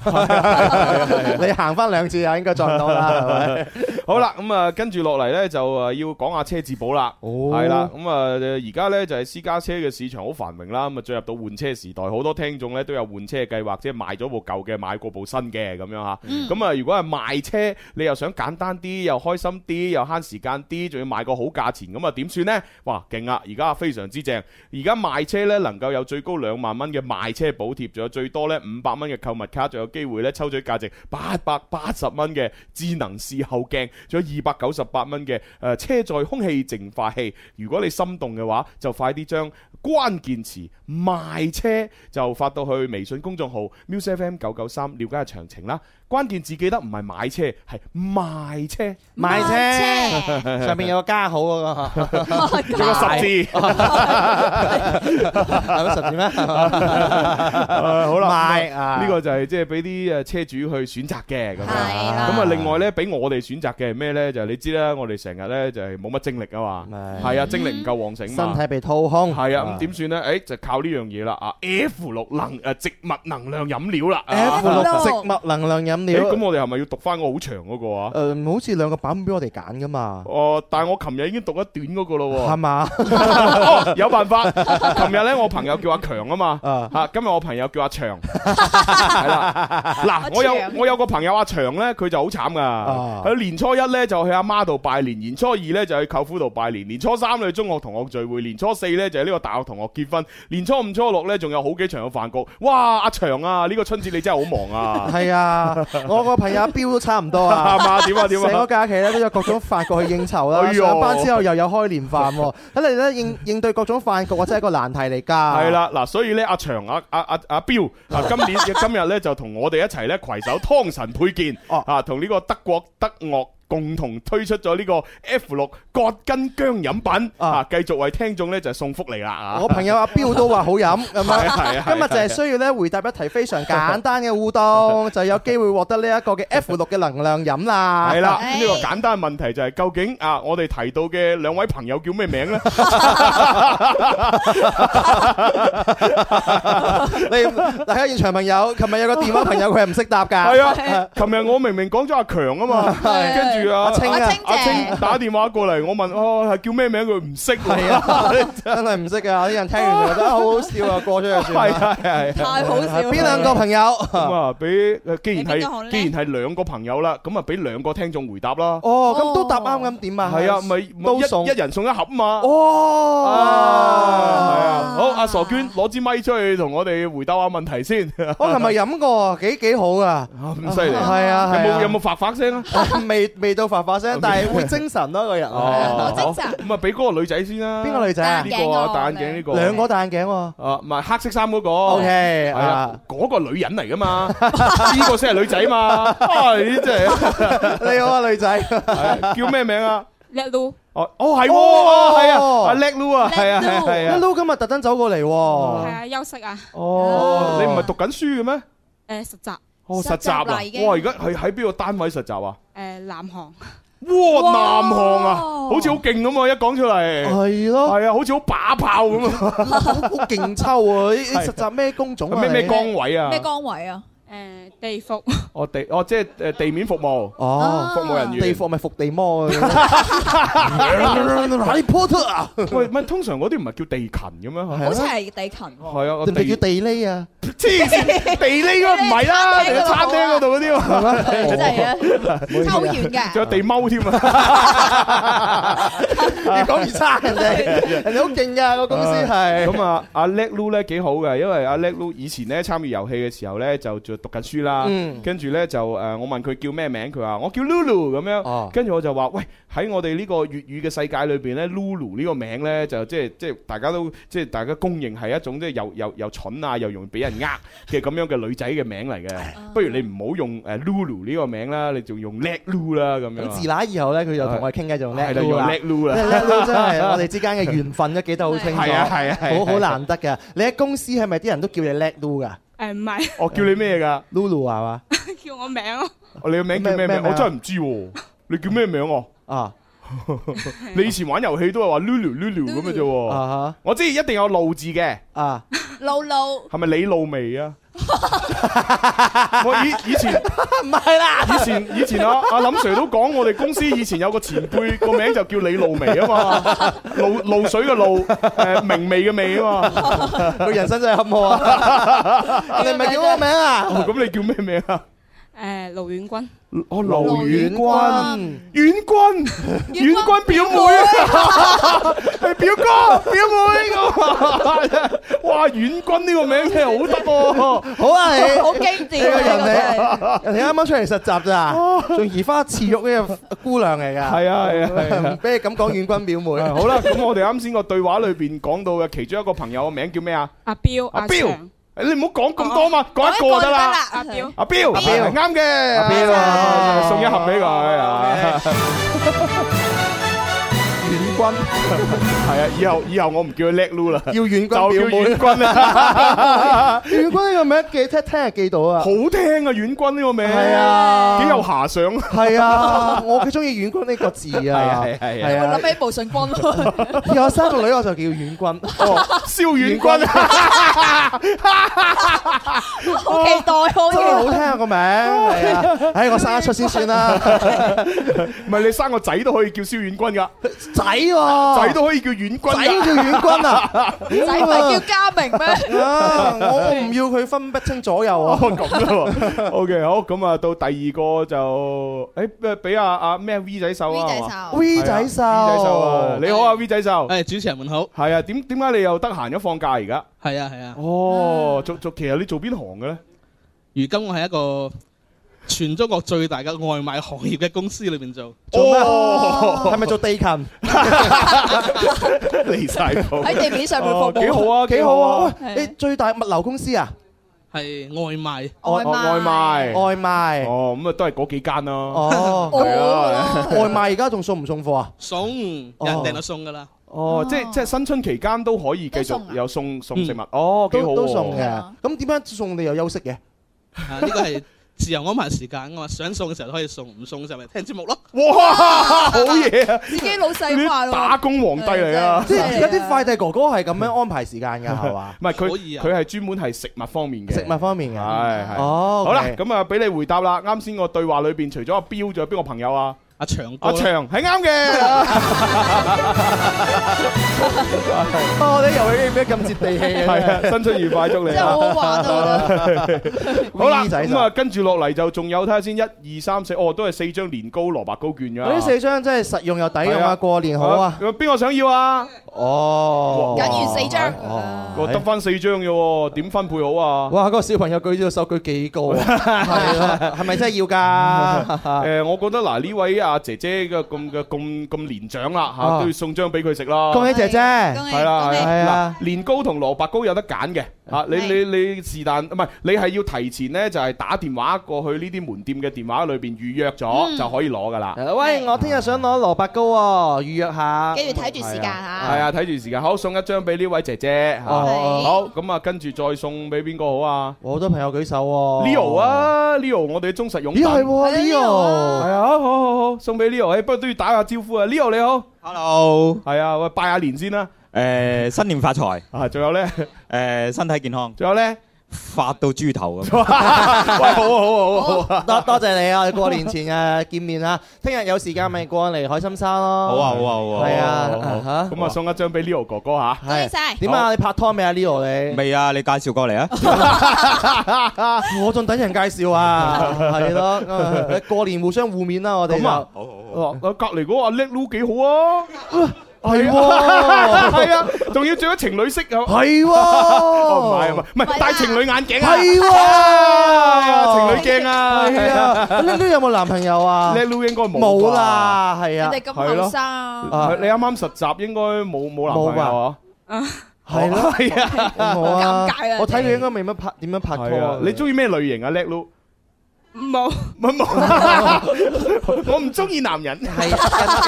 你行翻兩次啊，應該撞到 啦，係咪？
好啦，咁啊，跟住落嚟呢，就啊要講下車字寶啦，
哦
係啦，咁啊而家呢，就係私家車嘅市場好繁榮啦，咁啊進入到換車時代，好多聽眾呢都有換車計劃，即係賣咗部舊嘅，買過部新嘅咁樣吓。咁啊，如果係賣車，你又想簡單啲，又開心啲，又慳時間啲，仲要賣個好價錢，咁啊點算呢？哇，勁啊！而家非常之正，而家賣車呢，能夠有最高兩萬蚊嘅賣車補貼，仲有最多呢五百蚊嘅購物卡，仲有機會呢抽取價值八百八十蚊嘅智能視後鏡，仲有二百九十八蚊嘅誒呃車載空氣淨化器。如果你心動嘅話，就快啲將關鍵詞賣車就發到去微信公眾號 musicfm 九九三，了解下詳情啦。關鍵字記得唔係買車，係賣車，
買車上面有個加號嗰個，
有個十字。
係咪十字 咩？
誒好啦，
賣
咁
啊
呢個就係即係俾啲誒呃車主去選擇嘅咁樣。咁啊，另外咧俾我哋選擇嘅係咩咧？就係你知啦，我哋成日咧就係冇乜精力啊嘛，係啊，精力唔夠旺盛
身
嘛。
體被掏空，
係啊，咁點算咧？誒就靠呢樣嘢啦啊！F 六能誒植物能量飲料啦
F
啊
六植物能量飲料
誒，咁我哋係咪要讀翻個好長嗰個啊？
誒好似兩個版本俾我哋揀噶嘛，
哦，但係我琴日已經讀一短嗰個咯喎。
啊係嘛？
哦，有辦法。琴日咧，我朋友叫阿強啊嘛，嚇，今日我朋友叫阿長，係啦。嗱，我有我有個朋友阿長咧，佢就好慘噶。佢年初一咧就去阿媽度拜年，年初二咧就去舅父度拜年，年初三咧去中學同學聚會，年初四咧就係呢個大學同學結婚，年初五、初六咧仲有好幾場嘅飯局。哇，阿長啊，呢個春節你真係好 忙啊！
係啊，我個朋友阿彪都差唔多 啊，
係嘛點啊點啊
成個假期咧都有各種飯局去應酬啦，
哎呦
上班之後又有開年 飯喎，睇嚟咧應應對各種飯局啊，真係一個難題嚟㗎。
係啦，嗱，所以咧，阿長、阿阿阿阿彪， 啊，今年今日咧就同我哋一齊咧攜手湯臣配件，
哦
啊，同呢個德國德樂。共同推出咗呢個 F 六葛根姜飲品啊，繼續為聽眾咧就送福利啦啊！
哦我朋友阿彪都話好飲咁
係啊係啊
樣， 今日就係需要咧回答一題非常簡單嘅 互動，就有機會獲得呢一個嘅 F 六嘅能量飲啦。
係啦，呢個簡單問題就係究竟啊，我哋提到嘅兩位朋友叫 咩名咧？
你大家現場朋友，琴日有個電話朋友佢係唔識答㗎。
係啊，琴日我明明講咗阿強 啊嘛，跟住啊
阿青啊
阿青打電話過嚟，我問哦係叫咩名，佢唔識喎。
係啊，真係唔識㗎，啲人聽完就覺得啊好好笑啊，過咗就算
係
啦。
係係，啊
太好笑啦邊兩個 朋友
咁啊，俾既
你
然
邊個好
係
咧
既然係兩個朋友啦，咁啊俾兩個聽眾回答啦。
哦，咁都答啱咁點啊？
係啊，咪咪
都送
一一人送一盒嘛。
哦，
Ờ, 係啊，好，阿傻娟攞支咪出去同我哋回答下問題先。
我琴日飲過，幾幾好㗎。
咁犀利，
係啊，係
有
啊
冇有冇發發聲啊？
未未到發發聲，但係會精神咯，個人。
哦，好咁啊，俾嗰個女仔先啦。
邊個女仔啊
呢個啊戴眼鏡呢個。
兩個戴眼鏡喎。
啊，唔係黑色衫嗰個。
OK，ờ.
係啊，嗰個女人嚟噶 嘛，呢個先係女仔嘛。啊，你真係。
你好啊，女仔。
叫咩名啊？
叻佬，
哦，哦係喎，哦係啊，阿叻 Lu 啊，係啊係啊係啊
阿。Lu 今日特登走過嚟
係
喎。
啊，休息啊，
哦，你唔係讀緊書嘅咩？
誒實習，
哦，實習啊！哇，而家係喺邊個單位實習啊？
誒南航，
哇，南航啊，好似好勁咁啊！一講出嚟
係咯，
係啊，好似好把炮咁啊！
好勁抽啊！你你實習咩工種啊？
咩咩
你
崗位啊？
咩崗位啊？
誒地服，
哦地哦即係誒地面服務
哦
服務人員
地服咪伏地魔 啊
Harry
Potter 啊！
喂，乜通常嗰啲唔係叫地勤嘅咩？
好
好
似係啊地勤。
係啊，我
定唔定叫地匿啊？
黐線，地匿嗰個唔係啦，
地
定
匿嗰個
係餐廳嗰度嗰 啲嘛，
真係啊
抽
抽 遠嘅
仲有地踎添啊！
越講越差人 哋，人哋好勁噶個公司係。
咁啊，阿叻 Lu 咧幾好嘅，因為阿叻 Lu 以前咧參與遊戲嘅時候咧就就讀緊書啦
嗯，
跟住咧就誒我問佢叫咩名，佢話我叫 Lulu 咁樣，跟住我就話喂喺我哋呢個粵語嘅世界裏邊咧，Lulu 呢個名咧就即係即係大家都即係大家公認係一種即係又又又蠢啊又容易俾人呃嘅咁樣嘅女仔嘅 名嚟嘅，不如你唔好用誒 Lulu 呢個名啦，你仲用叻 Lu 啦咁樣
咁。自那以後咧，佢就同我哋傾偈就叻
係啦
嚕啦，
用叻嚕啦
叻嚕真係我哋之間嘅緣分都記得好清楚，
係啊係啊係啊
好好難得嘅。你喺公司係咪啲人都叫你叻嚕噶
誒唔係
我叫你咩㗎
？Lulu 係嘛？
叫我名咯，
哦你個名叫咩
咩咩
名？
名啊
我真係唔知喎。你叫咩名啊？
啊！
你以前玩遊戲都係話 Lulu Lulu 咁嘅啫喎。我知一定有路字嘅。
啊，
露露
係咪李露薇啊？我以以前唔
係啦
以前以前啊阿林 Sir 都講我哋公司以前有個前輩個名就叫李露薇啊嘛，露露水嘅露，誒明媚嘅媚啊嘛。
佢人生真係坎坷啊！你咪叫我名啊？
哦咁你叫咩名啊？
誒盧遠軍，
我盧
遠
遠
君。
君，遠君，遠君表妹啊，係表哥表妹咁啊！哇，遠君呢個名真係好得喎，
好啊你，
好經
你
典啊
個人
呢
哋人哋啱啱出嚟實習咋，仲移花似玉呢個姑娘嚟㗎。
係啊係啊係啊
唔俾你咁講遠軍表妹。
好啦，咁我哋啱先個對話裏邊講到嘅其中一個朋友嘅名叫咩啊？
阿彪，
阿彪
彪，，
你唔好講咁多嘛，講一個就得啦。
阿彪，
阿彪，
阿彪
係啱嘅，
阿彪啊
送一盒俾佢啊。
遠軍
係啊，以後以後我唔叫佢叻 Lu 啦，
要遠軍
就叫
表妹
遠軍 啦。
遠軍呢個名記聽聽係記到啊。
好聽啊，遠軍呢個名，
係啊
幾有遐想。
係啊，我幾中意遠軍呢個字啊。
係啊係啊
係
我
啊。
諗起無信君咯，
以後生個女我就叫遠 軍。
蕭遠軍
好期待
真係好
我。
聽啊個名，係啊，唉，我生得出先算 啦，
唔係你生個仔都可以叫蕭遠軍㗎，
仔喎，
仔都可以叫遠軍㗎。
哦仔叫遠軍 啊，
仔唔係叫嘉明咩？
啊，我唔要佢分不清左右
哦
啊，
咁咯喎，OK 好，咁啊到第二個就，誒俾俾阿阿咩 V 仔手啊
V 仔
係嘛
手
V 仔秀，
，V 仔手啊，你好啊 V 仔手，
誒，主持人們好，
係啊，點點解你又得閒咗放假而家？
係
à,
啊係啊，
哦，做做其實你做邊行嘅咧？
如今我係一個全中國最大嘅外賣行業嘅公司裏邊做，
做 咩？
哦
係咪做地勤？
離晒譜
喺地面上面服務
哦幾好啊，
幾好啊！
係啊
喂，你最大物流公司啊，
係外賣，
外
哦外
賣
賣，
外賣，
哦咁啊都係嗰幾間啦。
哦，
係啊，
外賣而家仲送唔送貨啊？
送人訂就送㗎啦，
哦，即係即係新春期間都可以繼
都送啊
續有送送食物，哦，幾好
嗯都
喎
都送
係
嘅
啊。
咁點解送你又休息嘅？
啊呢個係自由安排時間，我話想送嘅時候可以送，唔送嘅時候咪聽節目咯。
哇，好嘢啊！
自己老細化
你
咯。嗯
打工皇帝嚟啊！
即係而家啲快
遞
遞哥哥係咁樣安排時間㗎，係嘛？
唔係
可
佢
以啊
佢係專門係食物方面嘅
食物方面嘅，
係係。
哦，
好啦，
OK
咁啊，俾你回答啦。啱先個對話裏邊，除咗阿彪，仲有邊個朋友啊？
阿長哥
阿
啦，
長係 啱嘅，
哦，你遊戲點解咁接地氣嘅？
係啊，新春愉快，祝你
真係好
啊！
好玩啊！
好啦，
V 仔
咁啊，跟住落嚟就仲有睇下先，一二三四，哦，都係四張年糕蘿蔔糕券㗎。
我呢四張真係實用又抵用
係啊
啊！過年好啊！
咁邊個想要啊？
哦，
僅餘四張，
我得翻四張嘅喎，點分配好啊？
哇！嗰個小朋友舉咗手舉幾高 啊？係啊，係咪真係要㗎？
誒，我覺得嗱呢位阿姐姐嘅咁嘅咁咁年長啦嚇，
啊
都要送張俾佢食啦。
恭喜姐姐，
恭喜
係啦，
恭喜
係
係
啦
啊，
年糕同蘿蔔糕有得揀嘅嚇，你你你是但唔係你係要提前呢，就係打電話過去呢啲門店嘅電話裏邊預約咗就可以攞噶啦。
喂，我聽日想攞蘿蔔糕喎，預約下。
記住睇住時間
係
嚇。
啊，睇住時間，好送一張俾呢位姐姐嚇。
哦
係
好咁啊，跟住再送俾邊個好啊
我好多朋友舉手喎。
？Leo！啊，Leo 我哋忠實擁
哦咦係
躉。
喎
係
Leo，
啊，好好好好，送俾 Leo，誒不過哎都要打下招呼啊，Leo 你好，
Hello，
係啊，喂拜下年先啦，
誒、新年發財，誒、
啊仲有呢？
身體健康，
仲有呢？
發到豬頭 咁。
啊
好， 多多謝你啊！過年前啊見面啊，聽日有時間咪過嚟海心沙咯。
好啊好啊好啊，
係
好好
啊
好咁啊送一張俾 Leo 哥哥吓，
嚇，係點啊？你拍拖未啊，Leo 你？
未啊，你介紹過嚟啊？
我仲等人介紹 啊，係咯，啊過年互相互勉啦，我哋
咁啊
就
哦隔離嗰個阿叻 Lu 幾好啊！
係 喎
係啊，仲要着咗情侶色啊！
係喎
哦唔係唔係唔係戴情侶眼鏡啊！
係喎
啊情侶鏡啊！
係啊，Leo 有冇男朋友啊
，Leo 應該冇
冇啦係啊
你
人哋咁後生
你啱啱實習應該冇冇男朋友啊？
係咯，
係啊，
我啊
尷尬啦，
我睇佢應該未乜拍點樣拍拖
係啊
啊，。
你中意咩類型啊，叻 Lu？
冇
我唔中意男人。
係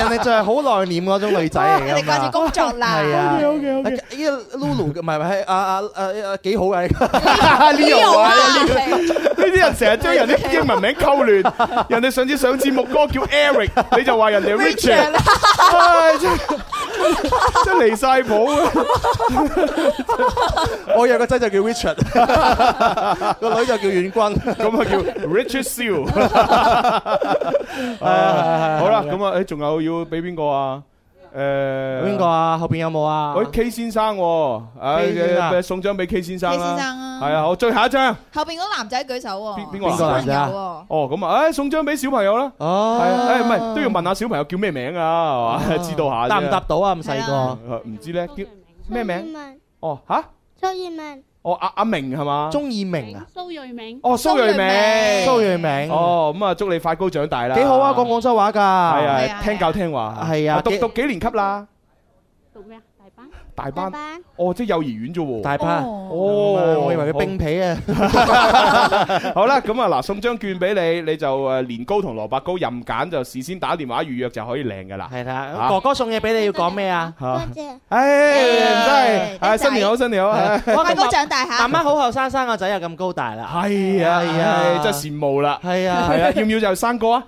人人哋就係好內斂嗰種女仔嚟㗎嘛
你掛住工作啦
係啊
OK，OK，OK
呢個 Lulu 嘅唔係唔係啊啊啊啊幾好嘅
Leo 啊
呢個
呢啲人成日將人啲英文名溝亂，人哋上次上節目嗰個叫 Eric，你就話人哋 Richard，唉真係真係離晒譜啊！
我有個仔就叫 Richard，個女就叫遠君，咁
啊叫 Richard Seal。好啦，咁啊，誒仲有要俾邊個啊？誒
邊個啊？後邊有冇啊？
喂，K 先生喎，
K 先生啊
誒送張俾 K 先生
K
啦
先生啊，
係啊，好，最後一張。
後邊嗰個男仔舉手喎，
邊個
小朋友
啊
喎？
哦，咁啊，誒送張俾小朋友啦。
哦
係啊，誒唔係都要問下小朋友叫咩名啊，係嘛？知道下
答唔答到啊？咁細個
個唔知咧，叫咩名？哦，吓？
周以明，
哦，阿阿明係嘛？
鍾意明啊？
苏瑞明，
哦，蘇瑞明，
蘇瑞明
哦，咁啊，祝你快高長大啦。
幾好啊！講廣州話㗎，
係
係
啊，聽教聽話。
係啊
讀
幾
讀幾年級啦？
读咩啊？大班，
大班
大班。
哦，即係幼兒園啫喎。
大班
哦，
我以為佢冰皮啊。
好啦，咁啊嗱，送張券俾你，你就誒年糕同蘿蔔糕任揀，就事先打電話預約就可以領㗎啦。
係啦哥哥送嘢俾你要講咩啊？
多
謝。
唉，真係，唉，新年好，新年好。唉
哇
快高長大嚇
媽媽好後生，生個仔又咁高大啦。
係啊，
係
係
啊
啊，真係羨慕啦。
係啊
係啊，要唔要就 生個啊？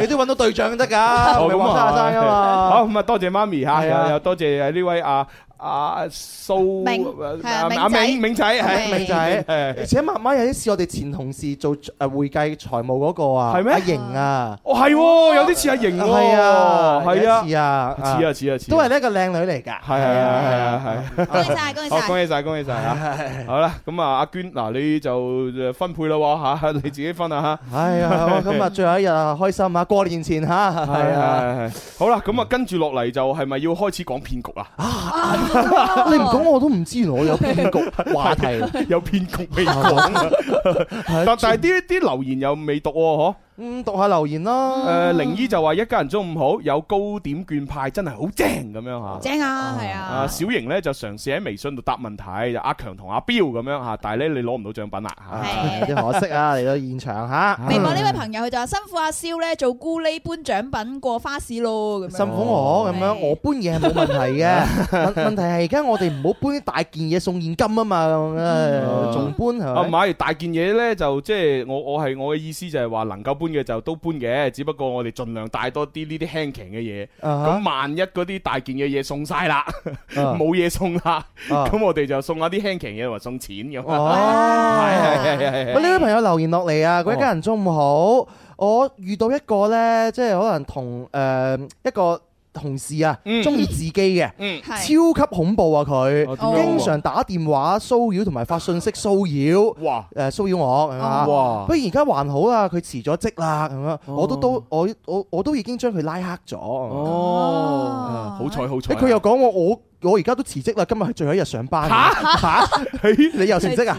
你都揾到隊長得㗎，唔係揾沙生㗎嘛。
好咁啊，多謝媽咪嚇，
係啊
又又多謝呢位啊啊蘇
明
啊
係啊明
啊
仔
明明仔係
明仔，而
係
且媽媽有啲似我哋前同事做誒會計財務嗰個啊，
係咩
阿瑩啊，
哦係喎，有啲似阿瑩喎，
哦係啊
係
有一
啊，
次啊
似啊似啊似啊，
都係呢個靚女嚟㗎。啊
係係啊係係係，恭喜
晒恭喜晒
好恭喜晒恭喜晒嚇！好啦，咁啊，阿娟嗱，你就呃分配啦喎嚇，你 自己分啦 嚇。
係啊，咁啊，最後一日啊，開心啊，過年前嚇，係
係
啊。
係係，好啦，咁啊，跟住落嚟就係咪要開始講騙局啊？
你唔講我都唔知，原來我有騙 局話題。
有騙局未講啊，但但係啲啲留言又未讀喎，嗬？
嗯，讀下留言啦。
嗯
誒，靈姨就話一家人中午好，有糕點券派真係好正咁樣嚇。
正啊，係啊，
啊，小瑩咧就嘗試喺微信度答問題，就阿強同阿彪咁樣嚇，啊但係咧你攞唔到獎品啦
有啲可惜啊，嚟到現場嚇。
微博呢位朋友佢就話辛苦阿蕭咧做咕喱搬獎品過花市咯，咁樣
辛苦
哦
我咁樣，我搬嘢係冇問題 嘅。問問題係而家我哋唔好搬啲大件嘢送現金啊嘛，唉仲搬
啊，唔
係咪？
係大件嘢咧，就即係我我係我嘅意思就係話能夠搬嘅就都搬嘅，只不過我哋盡量帶多啲呢啲輕騎嘅嘢。
啊
咁萬一嗰啲大件嘅嘢送晒啦，冇嘢送啦，
啊
咁我哋就送下啲輕騎嘢同埋送錢咁。啊
哦
係係係
喂，
係係哦
呢位朋友留言落嚟啊，佢一家人中午好。我遇到一個呢，即係可能同誒一個同事啊，中意自己嘅，
嗯
超級恐怖啊！佢
哦點樣
經常打電話騷擾同埋發信息騷擾，
哇！
誒騷擾我係嘛？
哇
不過而家還好啦，佢辭咗職啦，咁樣我都都我我我都已經將佢拉黑咗。
啊哦，好彩好彩
誒，。佢又講我我我而家都辭職啦，今日係最後一日上班。
嚇嚇，
你又辭職啊？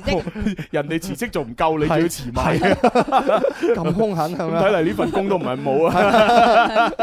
人哋辭職仲唔夠，你仲要辭埋，
咁兇狠 係咪啊
睇嚟呢份工都唔係冇啊。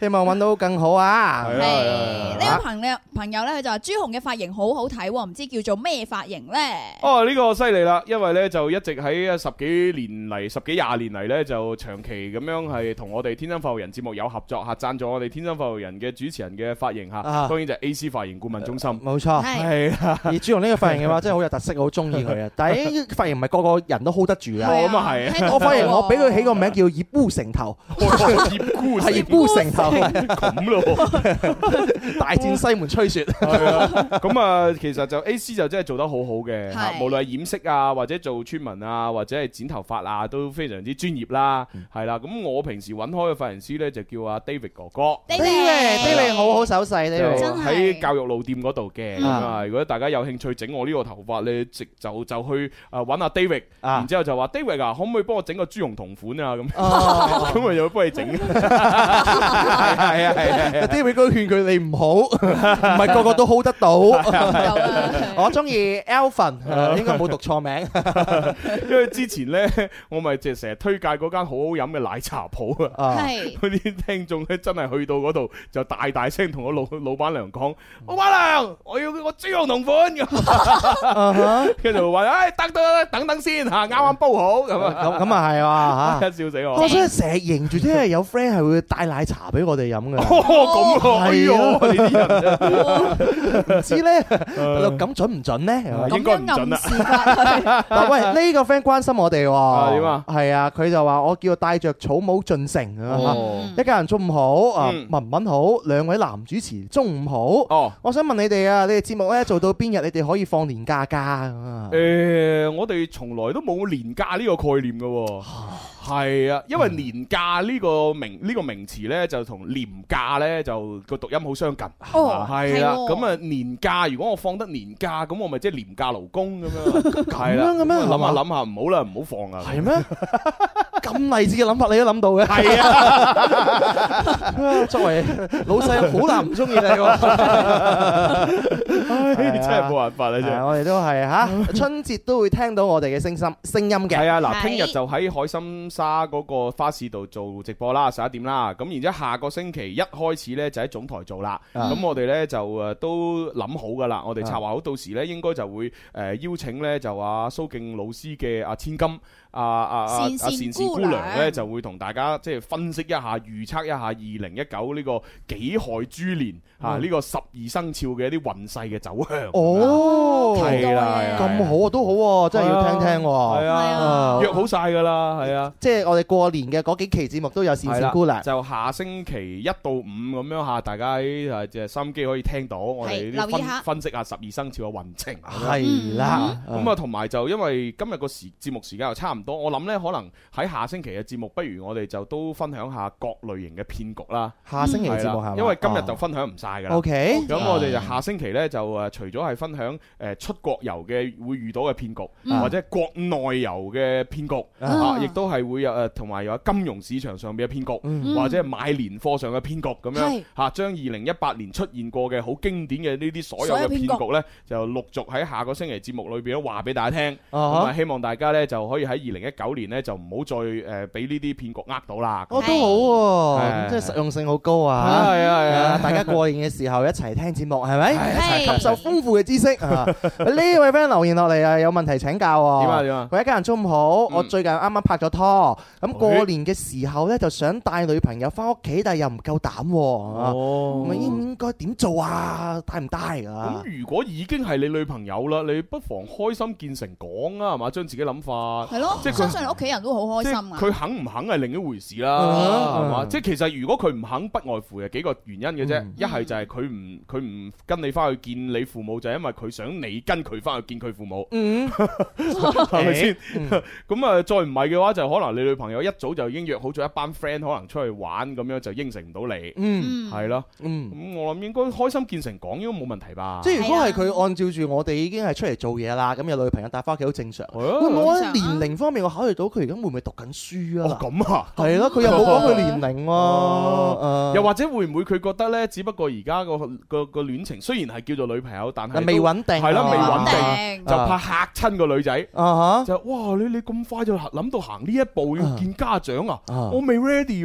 希望揾到更好啊！
係啊係啊
呢位朋友朋友咧，佢就話朱紅嘅髮型好好睇喎，唔知叫做咩髮型咧？
哦，呢、個犀利啦，因為呢就一直喺呃十幾年嚟、十幾廿年嚟呢，就長期咁樣係同我哋天生發育人節目有合作嚇，贊助我哋天生發育人嘅主持人嘅髮型嚇，
啊
當然就係 A C 髮型顧問 中心。
冇錯，
係啦。
而朱紅呢個髮型嘅話，真係好有特色，我好中意佢啊！但係呢個髮型唔係個個人都 hold 得住啊。
哦咁啊係聽到
我髮型我俾佢起個名叫葉烏城頭，
葉
烏哦係葉烏城頭，
咁咯，
大戰西門吹雪。
係啊 咁啊，其實就 A C 就真係做得好好嘅，嚇
係
無論係染色啊，或者做村民啊，或者係剪頭髮啊，都非常之專業啦，
嗯
係啦。咁我平時揾開嘅髮型師咧，就叫阿 David 哥哥。
哎
哎 David，David 好好手勢
就
，David
喺教育路店嗰度嘅
嗯
啊！如果大家有興趣整我呢個頭髮咧，直就就去啊揾阿 David，然 之後就話 David 啊，可唔可以幫我整個朱紅同款啊？咁
哦
咁咪就幫你整， 係啊係啊係啊！
David 哥勸佢你唔好，唔係 個個都 hold 得到。我中意 Alvin，應該冇讀錯名。
因為之前咧，我咪就成日推介嗰間好好飲嘅奶茶鋪啊
啊，
係
嗰啲聽眾咧真係去到嗰度就大大聲同我老 老闆娘講：
嗯
老闆娘，我要個豬肉同款 咁，跟住話：唉，得得得，等等先啊嚇，啱啱煲好咁啊，
咁咁啊係 哇嚇！
笑死我！哦
我真係成日迎住，即係有 friend 係會帶奶茶俾我哋 飲嘅。
哦咁啊，哎呦，你
係
啲人真係
唔知 咧，咁準唔準咧？
應該唔準啦。
嗱，喂，呢個 friend 關心我哋
啊
喎，
點啊？
係啊，佢就話我叫戴着草帽進城啊
嗯，
一家人中午好啊
嗯，
文文好，兩位男主持中午好。
哦，
我想問你哋啊，你哋節目咧做到邊日，你哋可以放年假假啊？
誒，我哋從來都冇年假呢個概念嘅喎。係啊，因為年假呢個名呢個名詞呢，就同廉價呢就個讀音好相近。
哦
係
係
啦。
喎
咁啊，年假如果我放得年假，咁我咪即係廉價勞工咁樣。係啦。啊
咁樣嘅咩
諗下諗下，唔好啦，唔好放啊。
係咩？咁勵志嘅諗法你都諗到嘅？
係
啊，作為老細好難唔中意你 喎。
唉真係冇辦法啦，真
係啊
係。
我哋都係嚇，春節都會聽到我哋嘅聲音聲音嘅。
係啊，嗱，聽日就喺海心沙嗰個花市度做直播啦，十一點啦。咁然之後下個星期一開始呢，就喺總台做啦。
啊
咁我哋呢，就誒都諗好噶啦，我哋策劃好，到時呢應該就會呃誒邀請呢，就阿蘇敬老師嘅阿千金。啊啊啊！啊
善善
善
姑
姑娘
娘
呢，就會同大家即係分析一下、預測一下二零一九呢個己亥豬年啊
嗯
呢個十二生肖嘅一啲運勢嘅走向。
哦，
係啦係啦
咁好啊，都好喎，真係要聽聽喎。
係
à.
啊，
Dạ.
約好晒噶啦，係啊。
即係我哋過年嘅嗰幾期節目都有善
係
善
啦
姑娘。
就下星期一到五咁樣吓，大家喺誒即係心機可以聽到我哋呢
留
啲
意
分
下
分析下十二生肖嘅運程。
係啦
嗯咁啊同埋就因為今日個時節目時間又差唔多，我諗呢可能喺下星期嘅節目，不如我哋就都分享下各類型嘅騙局啦。
下星期嘅節目係
係啦
嘛哦
因為今日就分享唔晒㗎啦。
OK
咁我哋就下星期呢，就誒除咗係分享誒出國遊嘅會遇到嘅騙局，
嗯
或者國內遊嘅騙局
啊
啊，亦都係會有誒同埋有金融市場上面嘅騙局，
嗯
或者係買年貨上嘅騙局咁樣
係
嚇，將二零一八年出現過嘅好經典嘅呢啲所有
所有
嘅
騙局
騙局呢，就陸續喺下個星期節目裏邊都話俾大家聽。咁
啊哈
啊，希望大家呢，就可以喺二零一九年呢，就唔好再誒俾呢啲騙局呃到啦。
我哦都好
係
喎，即係實用性好高啊！
係啊係啊
大家過年嘅時候一齊聽節目係咪？一
係
齊吸收豐富嘅知識 啊！呢位 friend 留言落嚟啊，有問題請教喎。
點啊點啊
佢一家人中午好，我最近啱啱拍咗拖，咁過年嘅時候呢，就想帶女朋友翻屋企，但係又唔夠膽喎。啊咁應唔應該點做啊？帶唔帶啊？
咁如果已經係你女朋友啦，你不妨開心見誠講啊，係嘛？將自己諗法，
係咯，
即係
相信你
佢
屋企人都好開心啊。
佢肯唔肯係另一回事啦，
啊
係嘛？
嗯
即係其實如果佢唔肯，不外乎係幾個原因嘅啫。一係就係佢唔佢唔跟你翻去見你父母，就係因為佢想你跟佢翻去見佢父母。
嗯，
係咪先？ 咁啊，再唔係嘅話，就可能你女朋友一早就已經約好咗一班 friend，可能出去玩咁樣，就應承唔到你。
嗯
係咯。
嗯，
咁我諗應該開心見誠講，應該冇問題吧？
即係如果係佢按照住我哋已經係出嚟做嘢啦，咁有女朋友帶翻屋企好正常。
啊
喂我覺
正
得年齡方面，我考慮到佢而家會唔會讀緊書啊？
咁啊，
係咯，佢又冇講佢年齡啊喎。
又或者會唔會佢覺得呢？只不過而家個個個戀情雖然係叫做女朋友，但係都
未穩定
係啦，
啊
未穩
未
定，
穩定
就怕嚇親個女仔。
啊
就哇！你你咁快就諗到行呢一步要見家長啊？
啊
我未 ready 喎。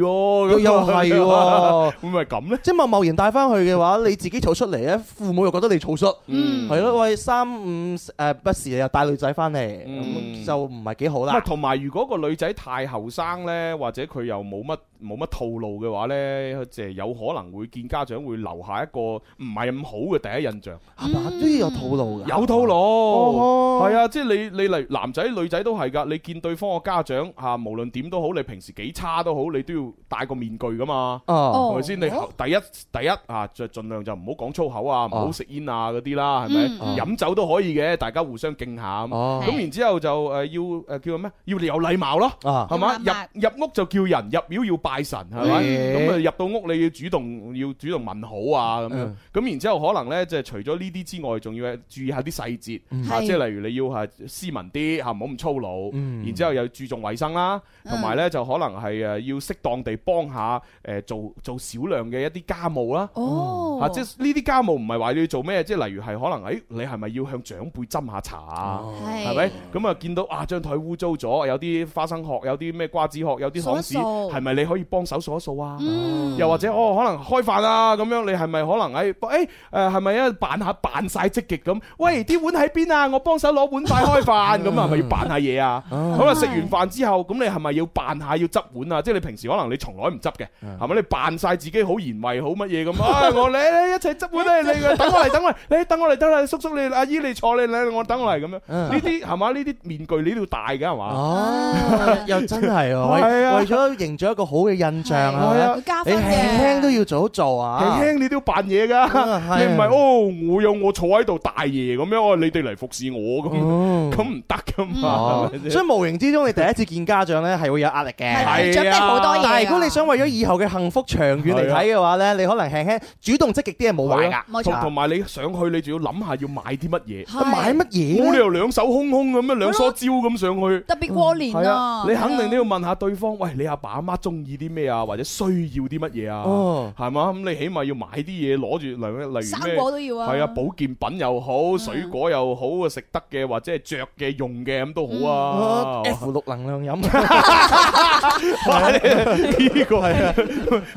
咁
又係喎
會唔會係咁呢？
即係貿貿然帶翻去嘅話，你自己草率嚟咧，父母又覺得你草率，
嗯
係咯，喂三五誒不時你又帶女仔翻嚟，咁就唔係幾好
嗯唔係
啦。
同埋如果個女仔太後生呢，或者佢又冇乜冇乜套路嘅話呢，即係有可能會見家長會留下一個唔係咁好嘅第一印象。
啊都要有套路嘅。
有套路，
哦
係啊，即係你你例如男仔女仔都係㗎，你見對方嘅家長嚇，無論點都好，你平時幾差都好，你都要戴個面具㗎嘛，
哦
係咪先？你
哦
第一第一啊，就盡量就唔好講粗口啊，唔好
哦
食煙啊嗰啲啦，係咪
嗯嗯？
飲酒都可以嘅，大家互相敬下咁。
哦
咁然之後就誒呃要誒叫做咩？要有禮貌咯，
啊
係嘛？入入屋就叫人，入廟要拜神，係咪？
嗯
咁啊入到屋你要主動要主動問好啊咁樣
嗯。
咁然之後可能咧，即係除咗呢啲之外，仲要注意下啲細節，
嗯
啊
係
即係例如你要係斯文啲嚇，唔好咁粗魯。
嗯
然之後又注重衞生啦，同
嗯
埋咧就可能係誒呃要適當地幫下誒做做少量嘅一啲家務啦。
哦
啊，即係呢啲家務唔係話你要做咩，即係例如係可能誒，你係咪要向長輩斟下茶啊？
係
係咪？咁啊，見到啊張台污糟咗，有啲花生殼，有啲咩瓜子殼，有啲糖
掃一掃
紙，係咪你可以幫手掃一掃啊？
嗯
又或者哦，可能開飯啊咁樣，你係咪可能誒誒誒係咪啊扮下扮晒積極咁？喂，啲碗喺邊啊？我幫手攞碗筷開飯咁啊，係咪要扮下嘢啊？咁啊食完飯之後，咁你係咪要扮下要執碗啊？即係你平時可能你從來唔執嘅，係咪？你扮晒自己好賢惠好乜嘢咁啊？唉我你你一齊執碗啊咧，你等我嚟 等我嚟，你等我嚟等我嚟，叔叔你阿姨你坐你你我等我嚟咁樣。
嗯
呢啲係嘛？呢啲面具你都要戴㗎係
啊
嘛？
哦， 又真係喎，
係啊
為為咗營造一個好嘅印象
係啊
啊
會，
你輕輕都要做做啊，
輕輕你都要扮嘢㗎，
啊
你唔係哦，我有我坐喺度大爺咁樣，哦你哋嚟服侍我
嗯
咁，咁唔得㗎嘛
Ờ.
哦。
係咪先
所以無形之中，你第一次見家長咧係會有壓力嘅，
係係準備好
à.
多嘢啊
但係如果你想為咗以後嘅幸福長遠嚟睇嘅話咧，你可能輕輕主動積極啲係冇壞㗎。
同同埋你上去，你仲要諗下要買啲乜嘢，
係買乜嘢呢
冇理由兩手空空咁樣兩梳蕉咁上去。
特別過年啊
係你肯定都要問下對方，喂，你阿爸阿媽中意啲咩啊，或者需要啲乜嘢啊
哦，
係嘛？咁你起碼要買啲嘢攞住，例如例如咩？
生果都要啊
係啊，保健品又好，水果又好，啊食得嘅或者係着嘅用嘅咁都好啊。
F 六能量飲，
哇呢呢個係啊，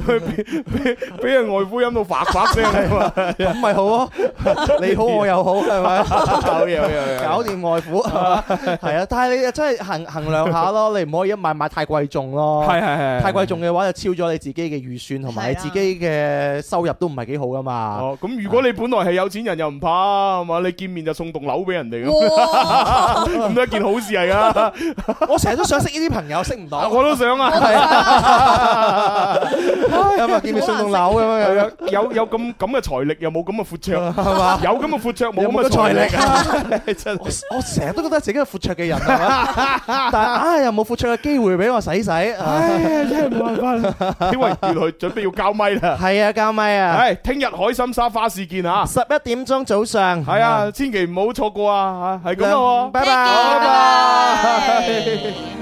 俾俾俾人外夫飲到發發聲係嘛？
咁咪好咯，你好我又好係 咪？
好嘢好嘢好嘢
搞掂外父係啊！但係你真係衡衡量下 咯，你唔可以一買買太貴重咯。
係係係係
太貴重嘅話就超咗你自己嘅預算，同埋你自己嘅收入都唔係幾好噶嘛。
哦，咁如果你本來係有錢人又唔怕，係嘛？你見面就送棟樓俾人哋
哇
咁，咁都一件好事 嚟噶。
我成日都想識呢啲朋友，識 唔到。
我都想啊，
係啊，咁啊，見面送棟樓咁樣
係
樣
啊。， 有有咁咁嘅財力，又冇咁嘅闊綽，
係嘛
有咁嘅闊綽，冇
有
咁嘅
冇咁嘅
財
財
力
力
啊！ 真係
我成日都覺得自己係闊綽嘅人，係嘛但係啊又冇闊綽嘅機會俾我洗洗。唉，
真係冇辦法啦。因為原來準備要交咪 啦。
係啊，交咪啊！
係，聽日海心沙花市 見嚇，
十一點鐘早上。
係啊，千祈唔好錯過啊！嚇，係咁咯喎，
拜拜
好拜拜。